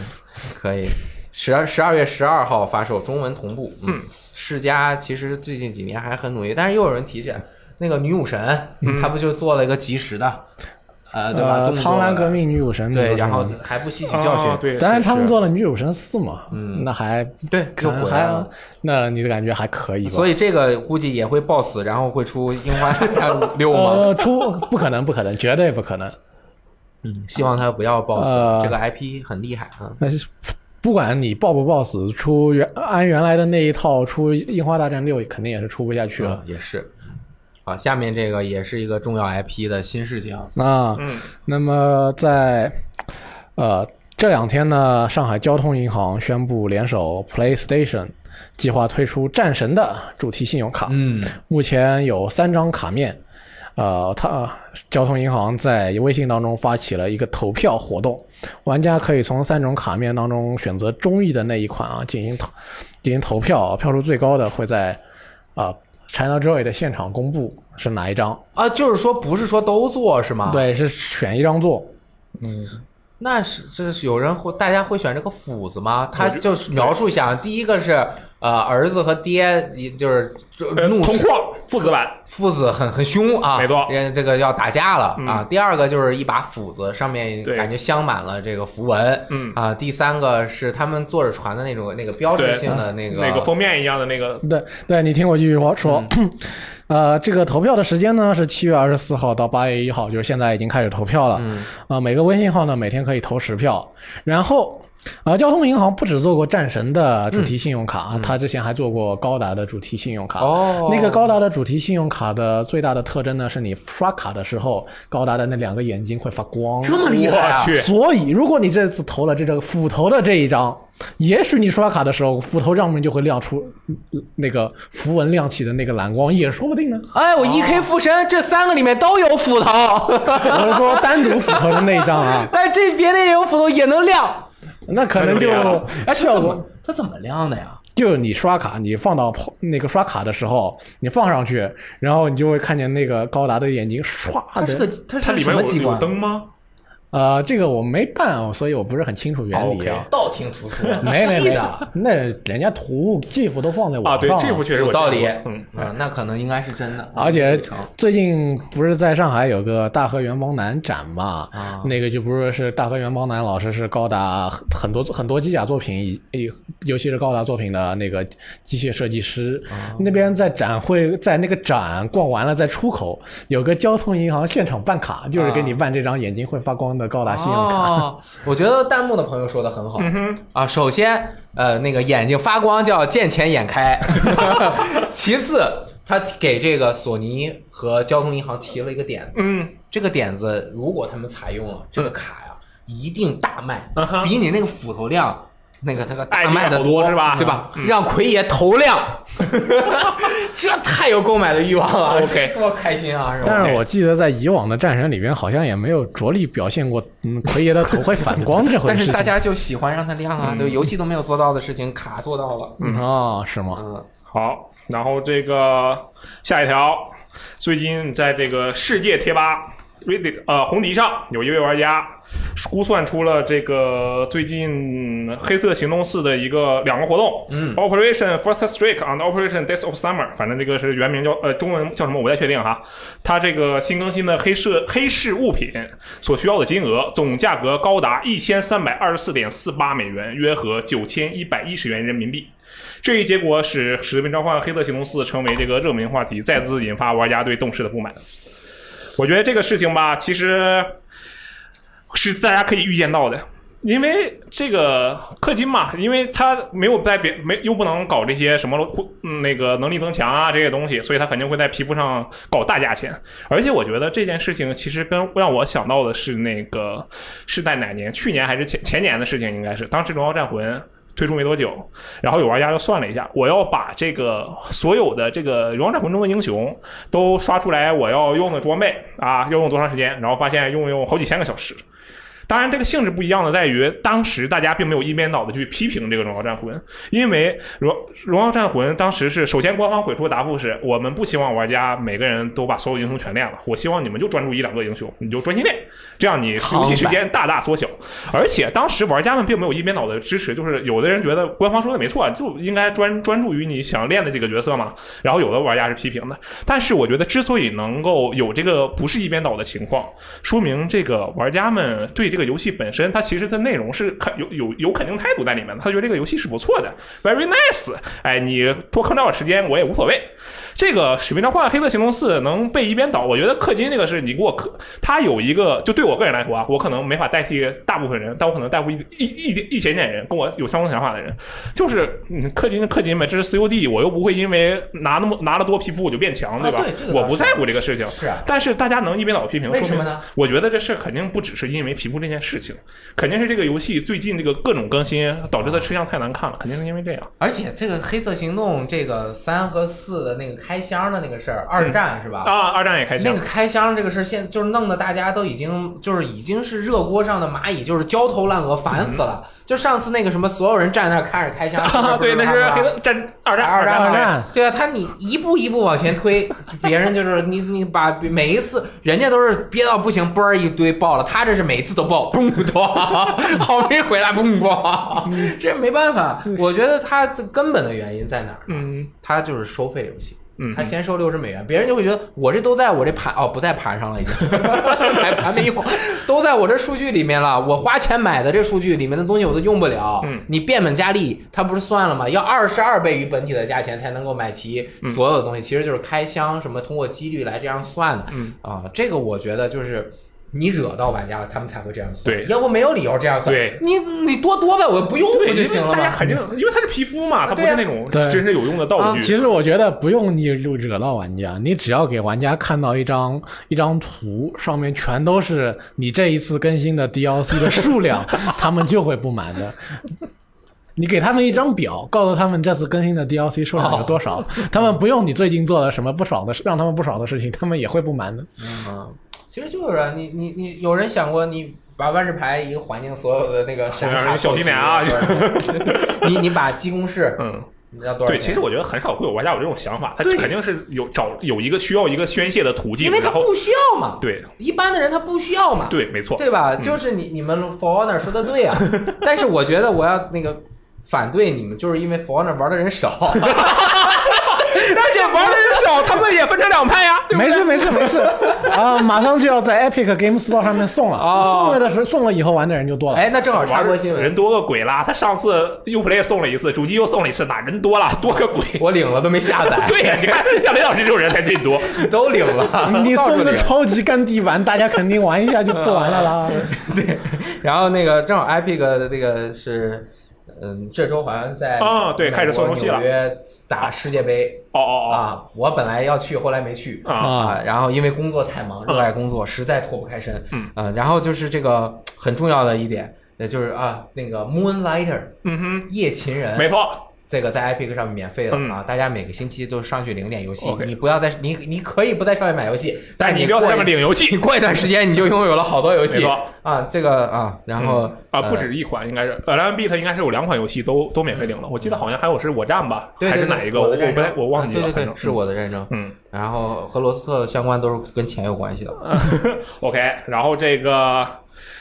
可以。十二十二月十二号发售，中文同步。嗯，世嘉其实最近几年还很努力，但是又有人提起来那个女武神，她不就做了一个即时的，呃，对吧？嗯呃，动作苍兰的革命女武神对，然后你说是吗哦还不吸取教训，啊对，当然是他们是做了女武神四嘛，嗯，那还对，就还回来还了。那你的感觉还可以吧？所以这个估计也会爆死，然后会出樱花大 (laughs) 战六吗？呃，出不可能，不可能，绝对不可能。希望它不要爆死。呃这个 IP 很厉害啊，那是不管你爆不爆死，出原按原来的那一套出《樱花大战六》，肯定也是出不下去了嗯。也是。好，下面这个也是一个重要 IP 的新事情，啊，嗯那么在呃这两天呢，上海交通银行宣布联手 PlayStation，计划推出战神的主题信用卡。嗯，目前有三张卡面。呃，它呃交通银行在微信当中发起了一个投票活动，玩家可以从三种卡面当中选择中意的那一款啊进行投进行投票，票数最高的会在啊、ChinaJoy 的现场公布是哪一张。啊，就是说不是说都做是吗？，对，是选一张做。那是这是有人会大家会选这个斧子吗？他就是描述一下，啊第一个是呃儿子和爹，也就是就呃怒同视框父子版，父子很很凶啊，没错嗯人这个要打架了啊。第二个就是一把斧子，上面对感觉镶满了这个符文，嗯啊。第三个是他们坐着船的那种那个标志性的那个嗯那个封面一样的那个对，对你听我继续说说。嗯 (coughs) 呃，这个投票的时间呢是七月二十四号到八月一号，就是现在已经开始投票了。嗯，啊、每个微信号呢每天可以投十票。然后，啊、交通银行不只做过战神的主嗯题信用卡，它之前还做过高达的主题信用卡。哦，那个高达的主题信用卡的最大的特征呢，是你刷卡的时候，高达的那两个眼睛会发光。这么厉害啊我！去所以，如果你这次投了这张斧头的这一张，也许你刷卡的时候，斧头上面就会亮出呃那个符文亮起的那个蓝光，也说 (laughs) 不定呢。哎，我 E K 附身，这三个里面都有斧头， (laughs) 我是说单独斧头的那一张啊，但这别的也有斧头也能亮，那可能就太牛逼了 (laughs) 哎，这效怎果么它怎么亮的呀？就是你刷卡，你放到跑那个刷卡的时候，你放上去，然后你就会看见那个高达的眼睛唰它是个的。它它是里什面么有机有关？灯吗？呃，这个我没办哦，所以我不是很清楚原理啊。 (laughs) 道听途 (laughs) 说，没没记没的。，那人家图 GIF 都放在啊，网对上，了。这幅确实有我道见理过，嗯，嗯，那可能应该是真的，嗯而且成最近不是在上海有个大河原邦男展嘛？啊那个就不是是大河原邦男老师是高达很很多很多机甲作品，以以尤其是高达作品的那个机械设计师。啊那边在展会，在那个展逛完了，在出口有个交通银行现场办卡，就是给你办这张眼睛会发光的高达信用卡。啊 (laughs) 哦，我觉得弹幕的朋友说的很好、嗯啊。首先，呃，那个眼睛发光叫见钱眼 (laughs) 开。其次，他给这个索尼和交通银行提了一个点子，嗯，这个点子如果他们采用了这个卡呀，一定大卖嗯，哼比你那个斧头量。那个那个大哎卖的好多是吧嗯对吧？让奎爷头 (laughs) 亮，这太有购买的欲望了。 OK 这多开心啊，是吧？但是我记得在以往的战神里边，好像也没有着力表现过，嗯，奎爷的头会反光这回但事是情。大家就喜欢让它亮嗯啊，对，游戏都没有做到的事情，卡做到了。嗯哦，是吗？嗯，好，然后这个下一条，最近在这个世界贴吧 Reddit 呃红迪上，有一位玩家估算出了这个最近《黑色行动四》的一个两个活动，嗯，Operation First Strike and Operation Death of Summer，反正这个是原名叫呃中文叫什么我不太确定哈。它这个新更新的黑社黑市物品所需要的金额总价格高达一千三百二十四点四八美元，约合九千一百一十元人民币。这一结果使《使命召唤：黑色行动四》成为这个热门话题，再次引发玩家对动视的不满。我觉得这个事情吧，其实是大家可以预见到的。因为这个氪金嘛，因为他没有在别没又不能搞这些什么嗯那个能力增强啊这些东西，所以他肯定会在皮肤上搞大价钱。而且我觉得这件事情其实跟让我想到的是那个是在哪年？去年还是前前年的事情？应该是当时《荣耀战魂》推出没多久，然后有玩家就算了一下，我要把这个所有的这个《荣耀战魂》中的英雄都刷出来，我要用的装备啊，要用多长时间？然后发现用用好几千个小时。当然，这个性质不一样的在于，当时大家并没有一边倒的去批评这个《荣耀战魂》，因为荣《荣耀战魂》当时是首先官方回复答复是我们不希望玩家每个人都把所有英雄全练了，我希望你们就专注一两个英雄，你就专心练，这样你游戏时间大大缩小。而且当时玩家们并没有一边倒的支持，就是有的人觉得官方说的没错，就应该专专注于你想练的这个角色嘛，然后有的玩家是批评的。但是我觉得，之所以能够有这个不是一边倒的情况，说明这个玩家们对这个游戏本身，它其实的内容是肯有有有肯定态度在里面的。他觉得这个游戏是不错的，very nice。哎，你多坑点我时间我也无所谓。这个《使命召唤：黑色行动四》能被一边倒，我觉得氪金这个事，你给我氪，它有一个，就对我个人来说啊，我可能没法代替大部分人，但我可能代替一一一一点点人，跟我有相同想法的人，就是嗯，氪金氪金呗，这是 COD，我又不会因为拿那么拿了多皮肤我就变强，对吧？啊对这个倒是我不在乎这个事情。是啊但是大家能一边倒批评，为说什么明呢？我觉得这事肯定不只是因为皮肤这件事情，肯定是这个游戏最近这个各种更新导致它吃相太难看了，肯定是因为这样。而且这个黑色行动这个三和四的那个开箱的那个事儿，二战是吧？啊，二战也开那枪个，开箱这个事儿，现就是弄得大家都已经就是已经是热锅上的蚂蚁，就是焦头烂额，烦死了。就上次那个什么，所有人站在那儿看着开 (laughs) 箱，啊，嗯对，那不是他黑吗色战二战二战二对战对啊，他你一步一步往前推，别人就是你你把每一次人家都是憋到不行，嘣儿一堆爆了，他这是每次都爆，嘣爆，好不容易回来嘣爆，嗯这没办法。我觉得他这根本的原因在哪儿？嗯他就是收费游戏。嗯，他先收六十美元，别人就会觉得我这都在我这盘哦，不在盘上了，已经 (laughs) 买盘没用，都在我这数据里面了。我花钱买的这数据里面的东西我都用不了。嗯，你变本加厉，他不是算了吗？要二十二倍于本体的价钱才能够买齐嗯所有的东西，其实就是开箱什么通过几率来这样算的。嗯啊，这个我觉得就是。你惹到玩家了，他们才会这样算，对要不没有理由这样算。对你你多多呗，我不用对，不因就为行了吗？嗯大家肯定，因为它是皮肤嘛，它不是那种对啊真是有用的道具。其实我觉得不用你惹到玩家，你只要给玩家看到一张一张图，上面全都是你这一次更新的 DLC 的数 (laughs) 量，他们就会不满的。你给他们一张表，告诉他们这次更新的 DLC 数量有多哦少，他们不用你最近做了什么不爽的事，让他们不爽的事情，他们也会不满的。啊，其实就是啊，你你你，有人想过你把万智牌一个环境所有的那个闪卡小心点啊凑齐了你你把鸡公式嗯，要多少对，钱？其实我觉得很少会有玩家有这种想法，他对肯定是有找有一个需要一个宣泄的途径，因为他然后不需要嘛，对一般的人他不需要嘛，对，嗯没错，对吧？就是你你们 For Honor 说的对 (laughs) 啊，但是我觉得我要那个反对你们，就是因为 For Honor 玩的人少， (laughs) 但是玩的人 (laughs) 少，他们也分成两派呀。没事没事没 (laughs) 事，啊，马上就要在 Epic Game Store 上面送哦了，送了的时候送了以后玩的人就多了。哎，那正好插玩播新人闻，多个鬼啦，他上次 Uplay 送了一次，主机又送了一次，哪人多了多个鬼？我领了都没下载， (laughs) 对呀，你看像雷老师这种人才最多。都领了，哎你到处送个领超级干地板，大家肯定玩一下就不玩了啦。然后那个正好 Epic 的这个是，嗯，这周好像在啊对开始送游戏了美国纽约打世界杯哦哦啊，我本来要去，后来没去哦啊，啊，然后因为工作太忙，热爱工作，实在脱不开身。嗯呃，然后就是这个很重要的一点，也就是啊，那个 Moonlighter 嗯夜勤人哼，没错，这个在 Epic 上面免费了嗯啊，大家每个星期都上去领点游戏， OK 你不要在你你可以不在上面买游戏，但你你不要在过上面一领游戏你，过一段时间你就拥有了好多游没戏错啊，这个啊，然后嗯啊，呃不止一款，应该是 l m b 它应该是有两款游戏都都免费领了，我记得好像还有是我站吧，对对还是对哪一个？我我的我战不太争我忘啊记了，对对反对，正是我的认证。嗯。然后和罗斯特相关都是跟钱有关系的。 OK，然后这个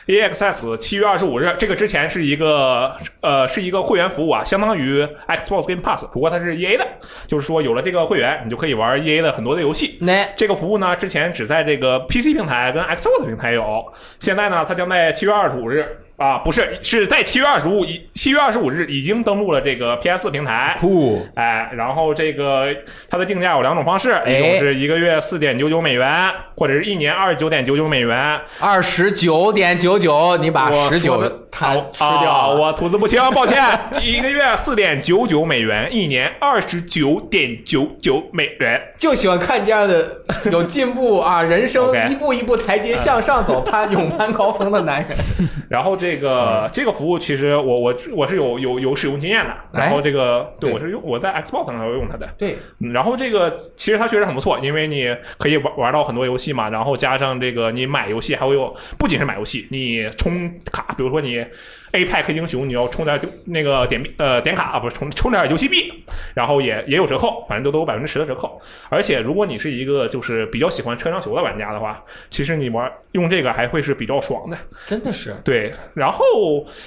AXS 七月二十五日，这个之前是一个呃是一个会员服务啊，相当于 Xbox Game Pass，不过它是 EA 的，就是说有了这个会员，你就可以玩 EA 的很多的游戏。那这个服务呢，之前只在这个 PC 平台跟 Xbox 平台有，现在呢，它将在七月二十五日啊，不是，是在七月二十五一七月二十五日已经登陆了这个 PS 平台。酷，哎，然后这个它的定价有两种方式，哎一种是一个月四点九九美元，或者是一年二十九点九九美元。二十九点九九，你把我十说九的摊啊吃掉啊了。我吐字不清，抱歉。一个月四点九九美元，一年二十九点九九美元。就喜欢看这样的有进步啊，人生 OK 嗯一步一步台阶向上走，攀勇攀高峰的男人。然后这个这个服务，其实我我我是有有有使用经验的。然后这个对哎对我是用我在 Xbox 上有用它的。 (laughs) 对，嗯然后这个其实它确实很不错，因为你可以玩玩到很多游戏嘛，然后加上这个你买游戏还会有，不仅是买游戏，你充卡，比如说你 A 派 K 英雄，你要充点那个点币呃点卡啊，不是充充点游戏币，然后也也有折扣，反正都都有百分之十的折扣。而且如果你是一个就是比较喜欢穿上球的玩家的话，其实你玩用这个还会是比较爽的。真的是对，然后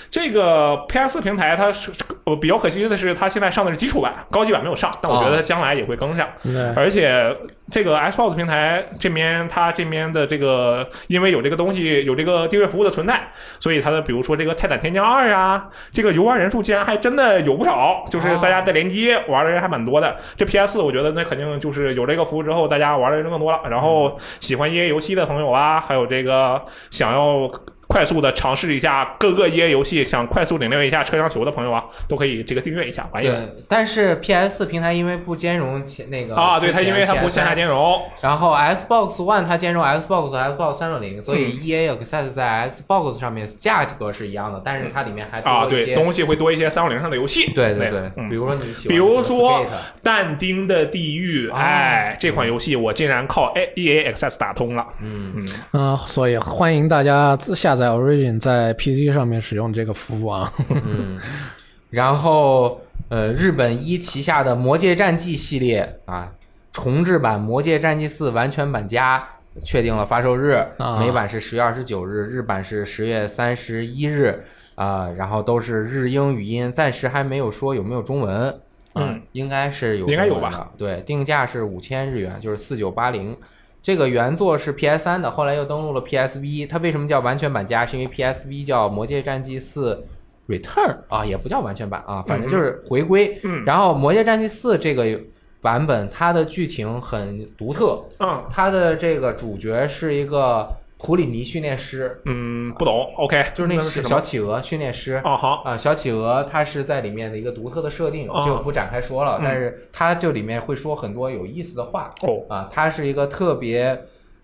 这个 PS 平台它是呃比较可惜的是，它现在上的是基础版，高级版没有上，但我啊觉得它将来也会跟上。对，而且这个 Xbox 平台这边，它这边的这个，因为有这个东西，有这个订阅服务的存在，所以它的比如说这个《泰坦天降二》啊，这个游玩人数竟然还真的有不少，就是大家在联机玩的人还蛮多的。这 PS 我觉得那肯定就是有这个服务之后，大家玩的人更多了。然后喜欢 EA 游戏的朋友啊，还有这个想要。快速的尝试一下各个 EA 游戏，想快速领略一下车厢球的朋友啊，都可以这个订阅一下玩一玩对，但是 PS 平台因为不兼容前那个啊。对，它之前因为它不 PS3 线下兼容，然后 Xbox One 它兼容 Xbox 和 Xbox 三六零，所嗯以 E EA Access 在 Xbox 上面价格是一样的，但是它里面还啊，多一对，些。东西会多一些三六零上的游戏。对对对，嗯比如说你喜欢比如这个说 Skate 但丁的地狱，啊哎，这款游戏我竟然靠 A E A Access 打通了。嗯，嗯，嗯，所以欢迎大家自下载 Origin 在 PC 上面使用这个服务啊。然后呃，日本一旗下的《魔界战记》系列啊，重制版《魔界战记四》完全版加确定了发售日，啊美版是十月二十九日，日版是十月三十一日啊、然后都是日英语音，暂时还没有说有没有中文。啊嗯，应该是有，应该有吧？对，定价是五千日元，就是四九八零。这个原作是 PS 三的，后来又登陆了 PSV。它为什么叫完全版加？是因为 PSV 叫《魔界战记四 Return》啊，也不叫完全版啊，反正就是回归。嗯然后《魔界战记四》这个版本，它的剧情很独特，嗯它的这个主角是一个普里尼训练师，嗯，不懂。OK，就是那个是什小么？企鹅训练师。哦，好，啊，小企鹅它是在里面的一个独特的设定，哦就不展开说了。嗯但是它就里面会说很多有意思的话哦，啊。他是一个特别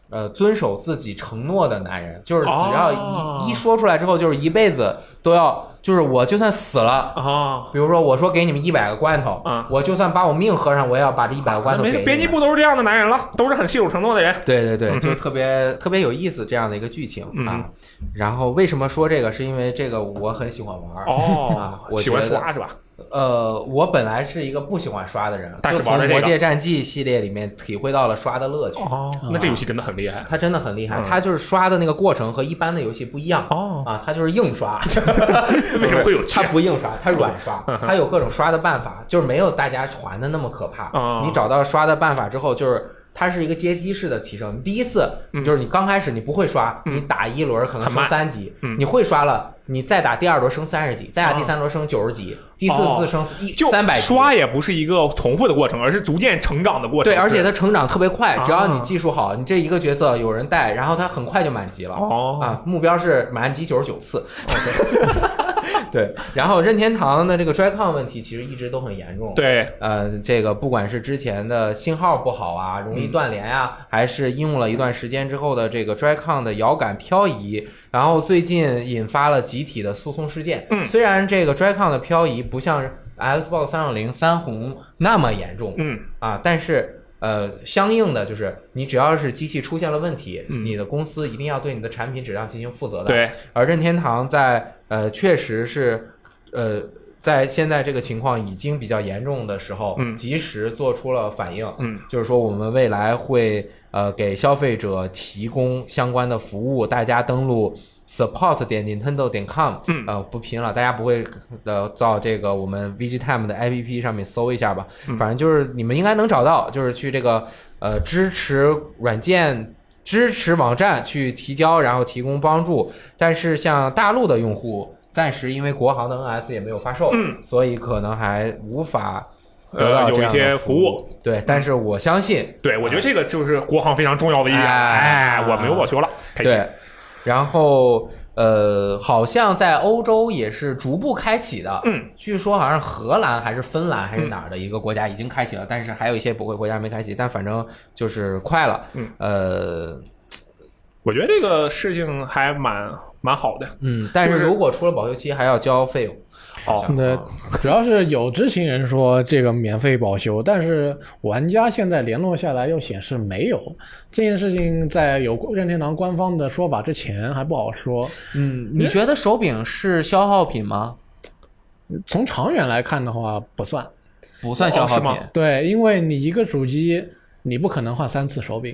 呃遵守自己承诺的男人，就是只要一、哦一说出来之后，就是一辈子都要，就是我就算死了。啊，比如说，我说给你们一百个罐头，啊我就算把我命喝上，我也要把这一百个罐头给没你们。事，编辑部都是这样的男人了，都是很信守承诺的人。对对对，嗯就特别特别有意思这样的一个剧情嗯啊。然后为什么说这个？是因为这个我很喜欢玩儿哦啊，我喜欢觉得刷是吧？呃，我本来是一个不喜欢刷的人，但是就从玩了《这魔个界战记》系列里面体会到了刷的乐趣。哦，那这游戏真的很厉害。它真的很厉害嗯，它就是刷的那个过程和一般的游戏不一样哦，啊，它就是硬刷， (laughs) 为什么会有嗯趣它？不硬刷，它软刷，它有各种刷的办法，就是没有大家传的那么可哦怕。你找到刷的办法之后，就是它是一个阶梯式的提升。你第一次就是你刚开始你不会刷，嗯你打一轮可能很慢升三级嗯，你会刷了，你再打第二轮升三十级，再打第哦三轮升九十级，第四哦次升一就三百级。刷也不是一个重复的过程，而是逐渐成长的过程。对，而且他成长特别快，啊只要你技术好，你这一个角色有人带，然后他很快就满级了。哦啊，目标是满级九十九次。 (laughs) 对，然后任天堂的这个 DryCon 问题其实一直都很严重。。对，呃，这个不管是之前的信号不好啊，容嗯易断连啊，还是应用了一段时间之后的这个 DryCon 的摇杆漂移，然后最近引发了集体的诉讼事件。嗯虽然这个 DryCon 的漂移不像 Xbox 三六零三红那么严重，嗯，啊，但是呃，相应的就是你只要是机器出现了问题，嗯你的公司一定要对你的产品质量进行负责的。，对，而任天堂在呃确实是呃在现在这个情况已经比较严重的时候，嗯及时做出了反应，嗯，就是说我们未来会呃给消费者提供相关的服务，大家登录 support 点 nintendo 点 com，嗯呃不拼了，大家不会的到这个我们 VGTime 的 APP 上面搜一下吧，嗯反正就是你们应该能找到，就是去这个呃支持软件。支持网站去提交，然后提供帮助。但是像大陆的用户，暂时因为国行的 NS 也没有发售，嗯所以可能还无法得呃到有这一样的些服服务。对，但是我相信，对，我觉得这个就是国行非常重要的一点。哎哎，我们有保球了，开心。对，然后呃，好像在欧洲也是逐步开启的。嗯，据说好像是荷兰还是芬兰还是哪儿的一个国家已经开启了，但是还有一些不会国家没开启，但反正就是快了。嗯，呃，我觉得这个事情还蛮蛮好的。嗯，但就是是如果出了保修期还要交费用。哦那主要是有知情人说这个免费保修，但是玩家现在联络下来又显示没有这件事情，在有任天堂官方的说法之前还不好说。嗯，你觉得手柄是消耗品吗？从长远来看的话，不算不算消耗品哦是吗。对，因为你一个主机你不可能换三次手柄。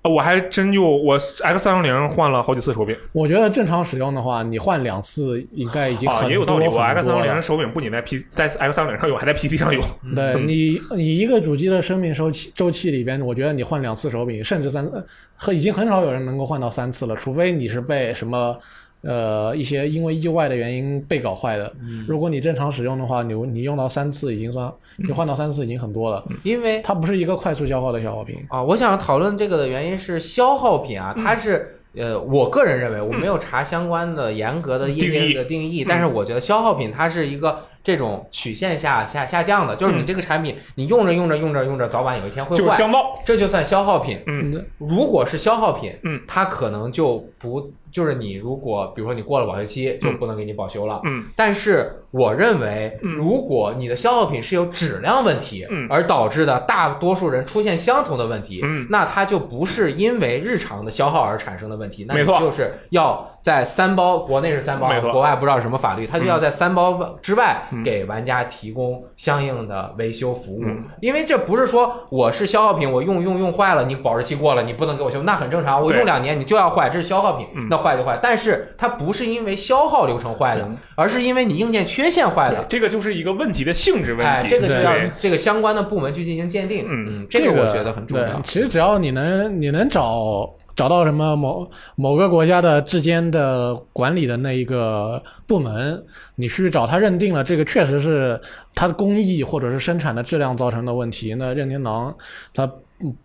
啊我还真就我 X 三六零换了好几次手柄我觉得正常使用的话，你换两次应该已经很啊，多也有道理。我很 X 三多六零了。手柄不仅在 P 在 X 三六零上有，还在 PC 上有。对你，你一个主机的生命周期周期里边，我觉得你换两次手柄，甚至三，呃和已经很少有人能够换到三次了，除非你是被什么。呃，一些因为意外的原因被搞坏的。如果你正常使用的话，你你用到三次已经算，你换到三次已经很多了。嗯因为它不是一个快速消耗的消耗品。啊，我想讨论这个的原因是消耗品啊，它是呃，我个人认为我没有查相关的严格的业界的定义，但是我觉得消耗品它是一个这种曲线下下下降的，就是你这个产品你用着用着用着用着，早晚有一天会就是坏，香爆，这就算消耗品。嗯，如果是消耗品，嗯，它可能就不就是你如果比如说你过了保修期就不能给你保修了，嗯，但是我认为，嗯如果你的消耗品是有质量问题，嗯而导致的大多数人出现相同的问题，嗯那它就不是因为日常的消耗而产生的问题，那没你错就是要在三包，国内是三包啊没，错国外不知道什么法律，它就要在三包之外嗯给玩家提供相应的维修服务，嗯因为这不是说我是消耗品，我用用用坏了，你保质期过了，你不能给我修，那很正常，我对用两年你就要坏，这是消耗品，嗯那坏就坏，但是它不是因为消耗流程坏的，嗯而是因为你硬件缺陷坏对的。这个就是一个问题的性质问哎，题。这个就对要这个相关的部门去进行鉴定。嗯嗯，这个我觉得很重要对。其实只要你能你能找找到什么某某个国家的之间的管理的那一个部门，你去找他认定了这个确实是它的工艺或者是生产的质量造成的问题，那任天堂它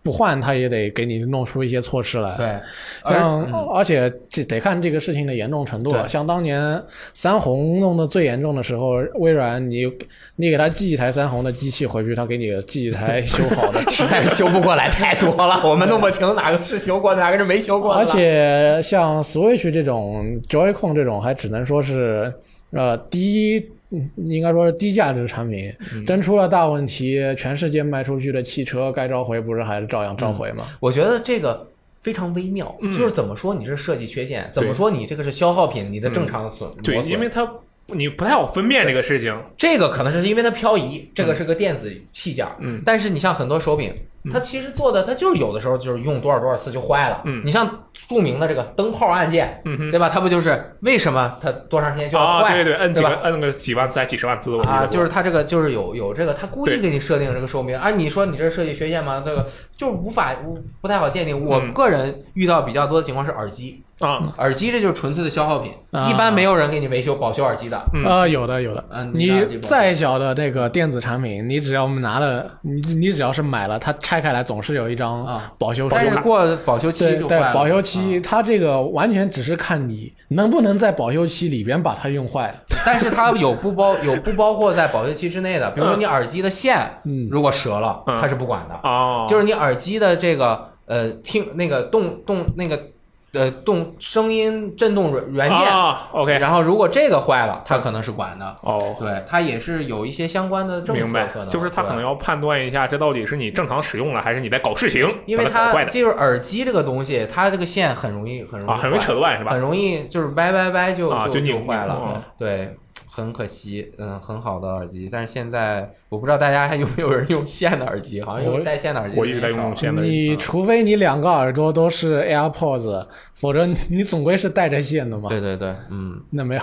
不换它也得给你弄出一些措施来。对，而像嗯而且这得看这个事情的严重程度对。像当年三红弄得最严重的时候，微软你你给他寄一台三红的机器回去，他给你寄一 (laughs) 台修好的。实在是修不过来太多了，我们弄不清哪个是修过的，哪个是没修过的。而，且像 Switch 这种 Joy-Con 这种，还只能说是呃低，嗯应该说是低价值产品。真出了大问题，全世界卖出去的汽车该召回不是还是照样召回吗？我觉得这个非常微妙，嗯就是怎么说你是设计缺陷，怎么对嗯说你这个是消耗品，你的正常损对，磨损因为它你不太好分辨这个事情。这个可能是因为它漂移，这个是个电子器件儿。嗯但是你像很多手柄，它其实做的它就是有的时候就是用多少多少次就坏了。嗯你像著名的这个灯泡按键，嗯哼对吧？它不就是为什么它多长时间就要啊，坏？对对，摁几对吧个摁个几万次、几十万次的我记得啊，过就是它这个就是有有这个，它故意对给你设定这个寿命。啊，你说你这设计缺陷吗？这个就是无法无不太好鉴定。我嗯个人遇到比较多的情况是耳机，啊，耳机这就是纯粹的消耗品，啊一般没有人给你维修保修耳机的。嗯呃，有的有的啊，你拿这你种再小的这个电子产品，你只要拿了，你你只要是买了，它拆开来总是有一张啊保修但卡是过保修期对就对坏了，嗯啊保修期，它这个完全只是看你能不能在保修期里边把它用坏。但是它有不 (laughs) 包有不包括在保修期之内的，比如说你耳机的线，嗯如果折了，嗯它是不管的，哦，就是你耳机的这个呃听那个动动那个呃动声音震动软元件，啊，OK，然后如果这个坏了，它可能是管的，哦，对，它也是有一些相关的政明策白可，能，就是他可能对。要判断一下，这到底是你正常使用了，还是你在搞事情，因为把它搞它坏的就是耳机这个东西，它这个线很容易很容易啊，很容易坏扯断是吧很？容易就是歪歪歪就啊就就拧就坏拧了哦，对，很可惜，嗯，很好的耳机，但是现在我不知道大家还有没有人用线的耳机，好像我有带线的耳机我一直在用很少线的啊耳机你除非你两个耳朵都是 AirPods，否则你总归是带着线的嘛。对对对，嗯，那没有，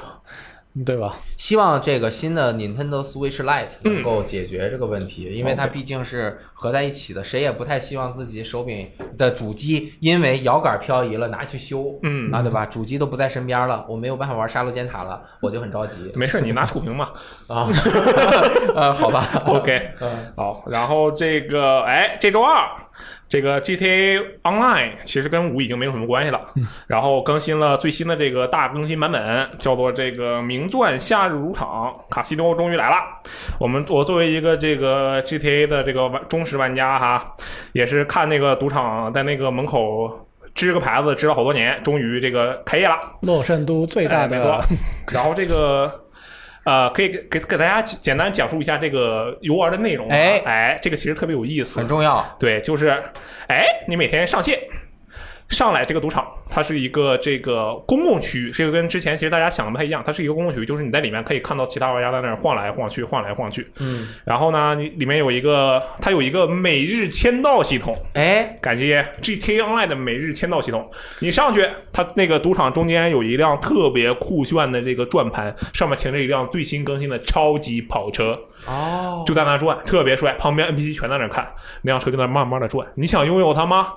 对吧？希望这个新的 Nintendo Switch Lite 嗯能够解决这个问题，因为它毕竟是合在一起的，谁也不太希望自己手柄的主机因为摇杆漂移了拿去修，嗯啊，对吧？主机都不在身边了，我没有办法玩杀戮尖塔了，我就很着 (laughs) 急没事，你拿触屏嘛。啊。 (laughs) 呃，好吧， (laughs) OK，好，然后这个，哎，这周二。这个 GTA Online 其实跟五已经没有什么关系了，然后更新了最新的这个大更新版本，叫做这个《名传夏日主场》，卡西诺终于来了。我们我作为一个这个 GTA 的这个玩忠实玩家哈，也是看那个赌场在那个门口支个牌子支了好多年，终于这个开业了。洛圣都最大哎没错 (laughs) 的，然后这个。呃，可以给给给大家简单讲述一下这个游玩的内容、啊。哎哎，这个其实特别有意思很。重要。对，就是，哎，你每天上线上来这个赌场，它是一个这个公共区域，这个跟之前其实大家想的不太一样，它是一个公共区域，就是你在里面可以看到其他玩家在那儿晃来晃去，晃来晃去。嗯，然后呢，你里面有一个，它有一个每日签到系统，哎，感谢 GTA Online 的每日签到系统。你上去，它那个赌场中间有一辆特别酷炫的这个转盘，上面停着一辆最新更新的超级跑车，哦，就在那转，特别帅。旁边 NPC 全在那看，那辆车就在那慢慢的转。你想拥有它吗？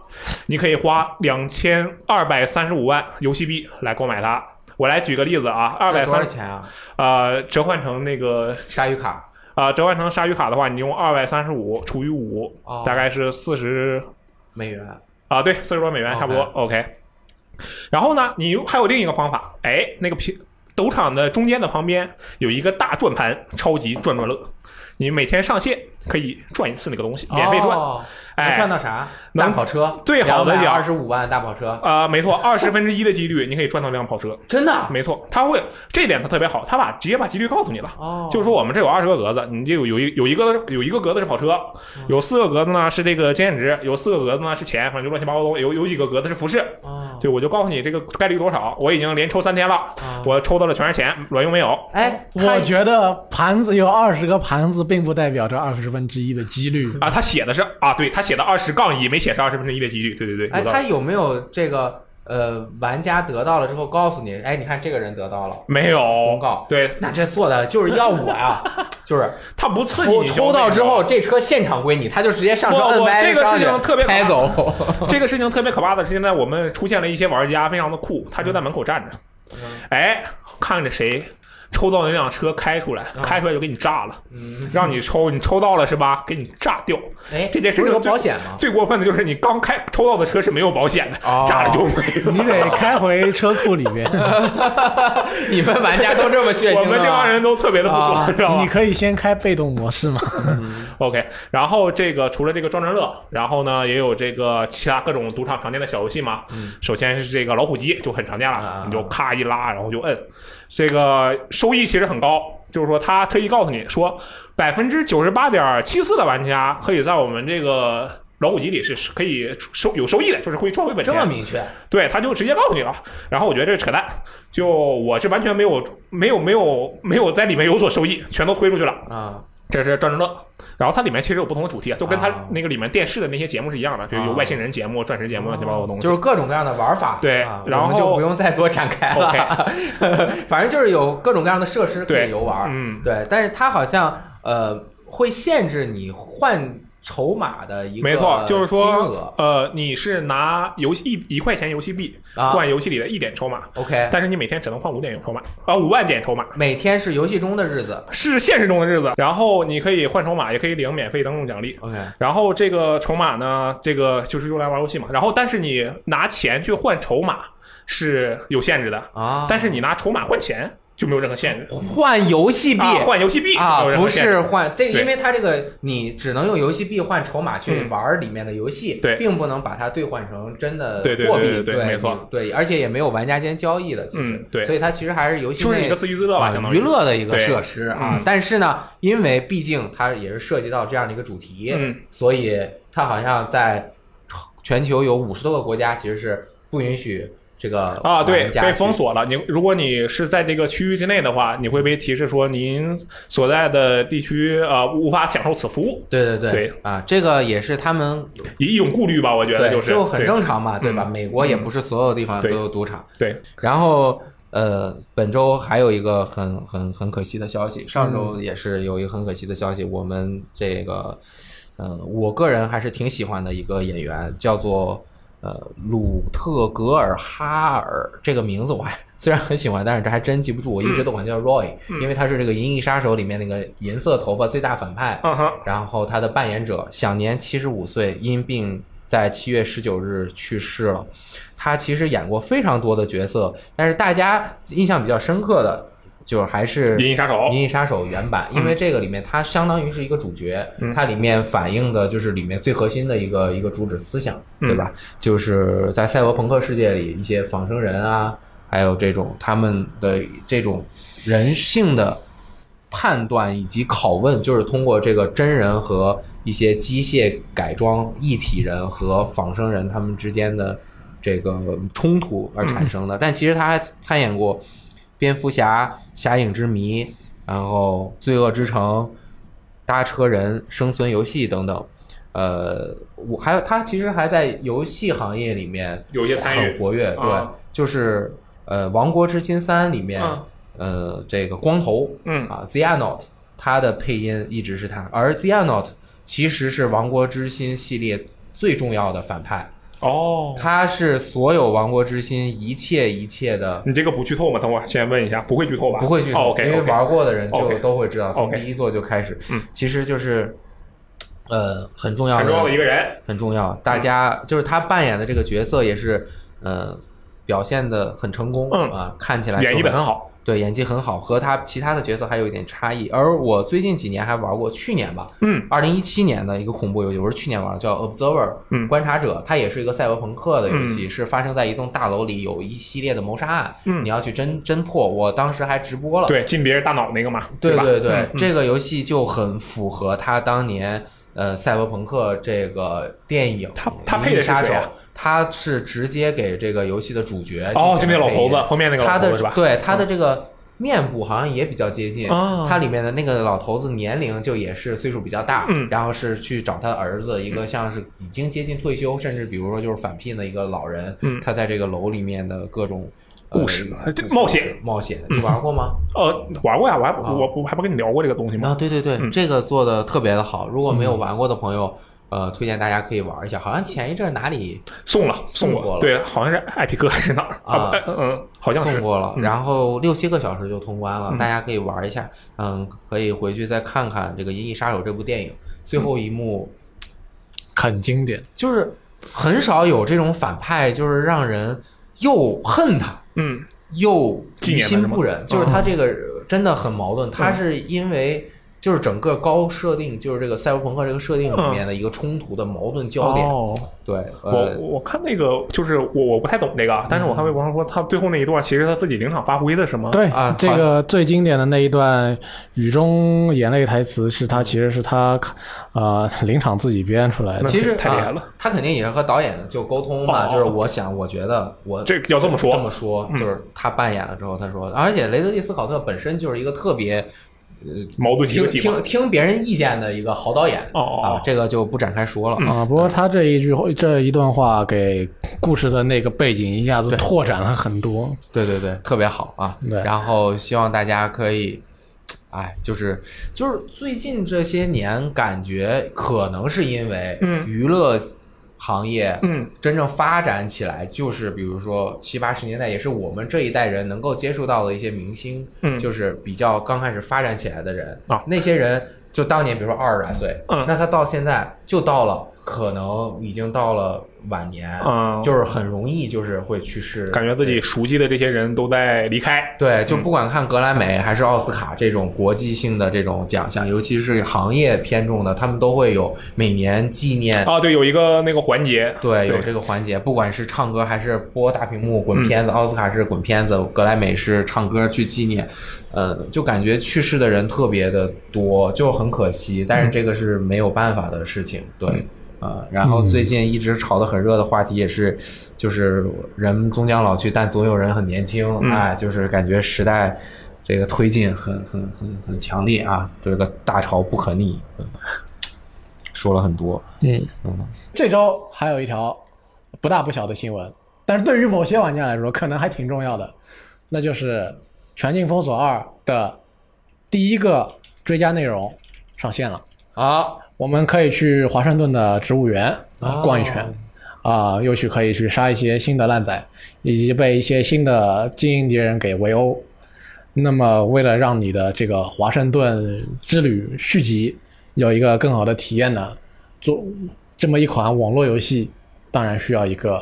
你可以花两千二百三十五万游戏币来购买它。我来举个例子啊，二百这多少三钱啊？呃折换成那个鲨鱼卡啊、折换成鲨鱼卡的话，你用二百三十五除以五哦，大概是四十美元，啊，对，四十多美元 OK 差不多。OK，然后呢，你又还有另一个方法，哎，那个平赌场的中间的旁边有一个大转盘，超级转转乐，你每天上线可以转一次那个东西，免费转。哦能哎，赚到啥？能大跑车，最好二的奖十五万大跑车，啊、没错，二十分之一的几率你可以转到辆跑车，真的没错，他会这点他特别好，他把直接把几率告诉你了。哦，嗯就是说我们这有二十个格子，你就有有一有一个有一个格子是跑车，嗯有四个格子呢是这个经验值，有四个格子呢是钱，反正就乱七八糟东西，有有几个格子是服饰，哦，就我就告诉你这个概率多少，我已经连抽三天了，啊我抽到了全是钱，卵用没有。哎，我他觉得盘子有二十个盘子，并不代表着二十分之一的几 (laughs) 率。啊，他写的是啊，对他写的二十杠一，没写是二十分之一的几率，对对对，哎，有道他理。有没有这个呃，玩家得到了之后告诉你，哎，你看这个人得到了，没有公告，对那这做的就是要我呀， (laughs) 就是他不刺激抽你消抽费到之后的，这车现场归你，他就直接上车我摁我歪这个事情特别可怕开走， (laughs) 这个事情特别可怕的是，现在我们出现了一些玩家非常的酷，他就在门口站着，嗯哎，看着谁抽到那辆车开出来，开出来就给你炸了，啊嗯，让你 (laughs) 抽，你抽到了是吧？给你炸掉。哎，这件事不情是有最保险吗？最过分的就是你刚开抽到的车是没有保险的，哦炸了 (laughs) 就没了。你得开回车库里 (laughs) 边，你们玩家都这么血腥的啊我吗们这帮人都特别的不爽，啊知道你吗可以先开被动模 (laughs) 式嘛。 ？OK，然后这个除了这个转转乐，然后呢也有这个其他各种赌场常见的小游戏嘛。嗯首先是这个老虎机就很常见啊了，你就咔一拉，然后就摁，这个收益其实很高。就是说，他特意告诉你说，百分之九十八点七四的玩家可以在我们这个老虎机里是是可以收有收益的，就是会赚回本这钱。么明确，对，他就直接告诉你了。然后我觉得这是扯淡，就我是完全没有没有没有没有在里面有所收益，全都推出去了。啊，这是转转乐，然后它里面其实有不同的主题啊，就跟它啊那个里面电视的那些节目是一样的，就有啊哦外星人节目、钻石节目、乱七八糟的东西。 (laughs) 就是各种各样的玩法，对啊然后我们就不用再多展开了反正就是有各种各样的设施可以对游 (laughs) 玩，嗯，对，但是它好像呃会限制你换筹码的一个没错，就是金说额，呃，你是拿游戏一一块钱游戏币啊换游戏里的一点筹码， ，OK，但是你每天只能换五点筹码，啊，五万点筹码每天是游戏中的日子是现实中的日子，然后你可以换筹码，也可以领免费登录奖励。 ，OK，然后这个筹码呢，这个就是用来玩游戏嘛。然后，但是你拿钱去换筹码是有限制的，啊，但是你拿筹码换钱就没有任何限制。换游戏币。啊，换游戏币啊没有，任何不限制是换这个，对因为它这个你只能用游戏币换筹码去嗯玩里面的游戏，对并不能把它兑换成真的对对货币，对对对没错，对，而且也没有玩家间交易的，其实嗯，对所以它其实还是游戏就是内一个自娱自乐吧，啊相当于娱。乐的一个对设施啊嗯。但是呢，因为毕竟它也是涉及到这样的一个主题，嗯所以它好像在全球有五十多个国家其实是不允许这个啊，对，玩家被封去。锁了。你如果你是在这个区域之内的话，你会被提示说您所在的地区呃无法享受此服务，对对对对啊，这个也是他们一种顾虑吧？我觉对得就是很正常嘛，对对吧？嗯美国也不是所有地方都对有赌场，对然后。呃，本周还有一个很很很可惜的消息，上周也是有一个很可惜的消息，我们这个，呃，我个人还是挺喜欢的一个演员，叫做呃鲁特格尔哈尔，这个名字我还虽然很喜欢，但是这还真记不住，我一直都管他叫 Roy，、因为他是这个《银翼杀手》里面那个银色头发最大反派，嗯哼，然后他的扮演者享年七十五岁，因病在七月十九日去世了。他其实演过非常多的角色，但是大家印象比较深刻的，就还是银翼杀手《银翼杀手》原版，因为这个里面它相当于是一个主角，它里面反映的就是里面最核心的一个一个主旨思想，对吧？就是在赛博朋克世界里，一些仿生人啊，还有这种他们的这种人性的判断以及拷问，就是通过这个真人和一些机械改装一体人和仿生人他们之间的这个冲突而产生嗯的。但其实他还参演过《蝙蝠侠》《侠影之谜》，然后《罪恶之城》《搭车人》《生存游戏》等等。呃，我还有他其实还在游戏行业里面有一些参与很活跃，对，啊就是呃，《王国之心三》里面，嗯呃，这个光头，嗯啊，Zianot，他的配音一直是他，而 Zianot 其实是《王国之心》系列最重要的反派，哦，他是所有《王国之心》一切一切的。你这个不剧透吗？等会儿先问一下，不会剧透吧？不会剧透，哦，OK，因为 OK 玩过的人就 OK 都会知道，从 OK 第一座就开始嗯，其实就是，呃，很重要很重要的一个嗯人，很重要。大家就是他扮演的这个角色也是，呃，表现的很成功，嗯啊，看起来就演绎的很好。对，演技很好，和他其他的角色还有一点差异。而我最近几年还玩过，去年吧，嗯，二零一七年的一个恐怖游戏，我是去年玩的，叫 Observer，嗯观察者，它也是一个赛博朋克的游戏，是发生在一栋大楼里，有一系列的谋杀案，嗯你要去侦侦破。我当时还直播了，对，进别人大脑那个嘛，对吧？对嗯这个游戏就很符合他当年呃赛博朋克这个电影，他他配的是杀手谁啊，他是直接给这个游戏的主角哦，就进行那个老配头音子，封面那个他老头的子是吧？嗯对他的这个面部好像也比较接近，哦他里面的那个老头子年龄就也是岁数比较大，嗯然后是去找他儿子，一个像是已经接近退休，甚至比如说就是返聘的一个老人，嗯他在这个楼里面的各种。呃故事这冒险嗯冒险，你玩过吗？呃，玩过呀，玩啊我我还不跟你聊过这个东西吗？啊，对对对，嗯这个做的特别的好。如果没有玩过的朋友，呃，推荐大家可以玩一下。好像前一阵儿哪里送了，送送过了对，好像是艾皮克还是哪儿啊不嗯嗯，好像送是。过了，嗯然后六七个小时就通关了，嗯大家可以玩一下。嗯，可以回去再看看这个《银翼杀手》这部电影，最后一幕很经嗯典。就是很少有这种反派，就是让人又恨他，嗯，又于纪念的心是吗哦嗯不忍，就是他这个呃真的很矛盾。他是因为就是整个高设定，就是这个赛博朋克这个设定里面的一个冲突的矛盾焦点。哦对，我呃，嗯我看那个就是我我不太懂这个，但是我看微博上说他最后那一段其实他自己临场发挥的是吗？对啊这个最经典的那一段雨中言泪台词是他其实是他呃临场自己编出来的那。其实太厉害了啊他肯定也是和导演就沟通嘛，哦就是我想，我觉得我这个要这么说嗯这么说，就是他扮演了之后，他说，而且雷德利·斯考特本身就是一个特别矛盾听纠结嘛听。听别人意见的一个好导演哦嗯哦啊哦，这个就不展开说了。 (laughs) 啊、不过他这一句这一段话给故事的那个背景一下子拓展了很多。对对对，特别好啊。对然后希望大家可以，哎，就是就是最近这些年，感觉可能是因为嗯娱乐行业嗯真正发展起来，就是比如说七八十年代，也是我们这一代人能够接触到的一些明星，嗯就是比较刚开始发展起来的人啊那些人就当年比如说二十来岁，嗯那他到现在就到了。可能已经到了晚年，嗯就是很容易就是会去世，感觉自己熟悉的这些人都在离开，对，就不管看格莱美还是奥斯卡这种国际性的这种奖项，尤其是行业偏重的，他们都会有每年纪念。啊，对，有一个那个环节，对，有对这个环节，不管是唱歌还是播大屏幕滚片子，奥斯卡是滚片子，格莱美是唱歌去纪念，呃，就感觉去世的人特别的多，就很可惜，但是这个是没有办法的事情，对，呃，然后最近一直炒得很热的话题也是，就是人终将老去，但总有人很年轻，嗯哎，就是感觉时代这个推进很很很很强烈啊，这个大潮不可逆，嗯说了很多，嗯嗯，这周还有一条不大不小的新闻，但是对于某些玩家来说，可能还挺重要的。那就是《全境封锁二》的第一个追加内容上线了。啊，我们可以去华盛顿的植物园啊哦逛一圈，啊、又去可以去杀一些新的烂仔，以及被一些新的精英敌人给围殴。那么，为了让你的这个华盛顿之旅续集有一个更好的体验呢，做这么一款网络游戏，当然需要一个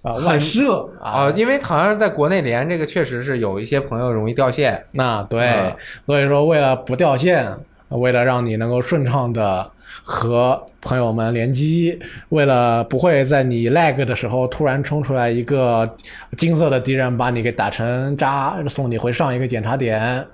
啊很外设啊啊，因为好像在国内连这个确实是有一些朋友容易掉线，那对，嗯所以说为了不掉线，为了让你能够顺畅的和朋友们联机，为了不会在你 lag 的时候突然冲出来一个金色的敌人把你给打成渣，送你回上一个检查点，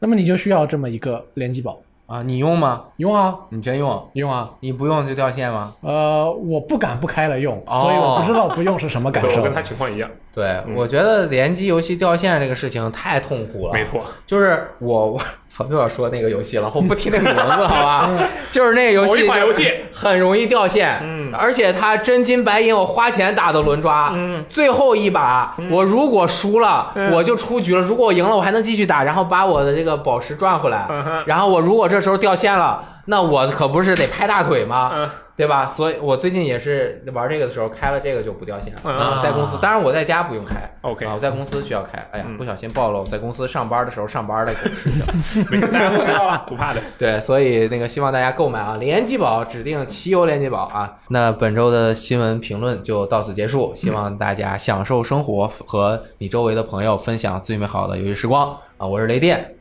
那么你就需要这么一个联机宝，啊，你用吗？用啊你真用？用啊。你不用就掉线吗？呃，我不敢不开了用，啊哦所以我不知道不用是什么感对受我。跟他情况一样，对，嗯我觉得联机游戏掉线这个事情太痛苦了。没错，就是我， (laughs) 我操，又要说那个游戏了，我不提那个名字，好吧？就是那个游 (laughs) 某一戏，款游戏，很容易掉线，嗯而且它真金白银，我花钱打的轮抓，嗯，最后一把我如果输了，嗯我就出局了；如果我赢了，我还能继续打，然后把我的这个宝石赚回来。嗯哼然后我如果这时候掉线了，那我可不是得拍大腿吗？嗯对吧？所以我最近也是玩这个的时候开了这个就不掉线了，啊在公司，当然我在家不用开。 OK 啊，我在公司需要开。哎呀，嗯不小心暴露在公司上班的时候上班的事情。没大家不知道了， (laughs) 不怕的。对，所以那个希望大家购买啊，联机宝指定奇游联机宝啊。那本周的新闻评论就到此结束，希望大家享受生活，和你周围的朋友分享最美好的游戏时光啊！我是雷电，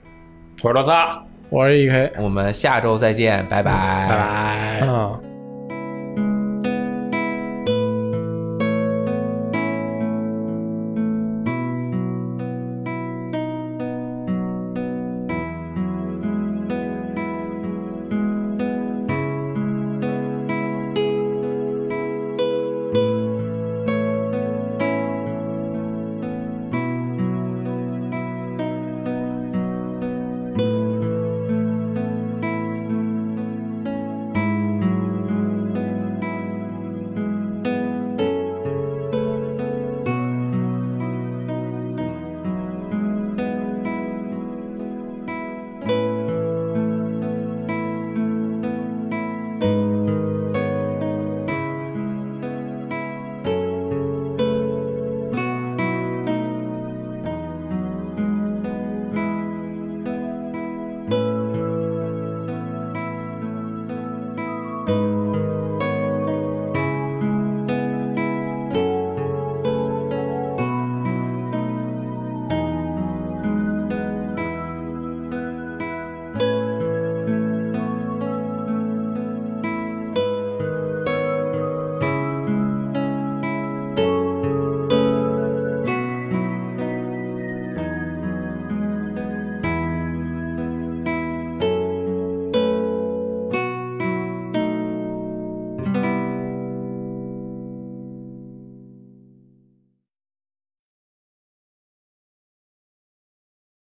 我是老大，我是 E K，我们下周再见，拜拜拜拜。嗯。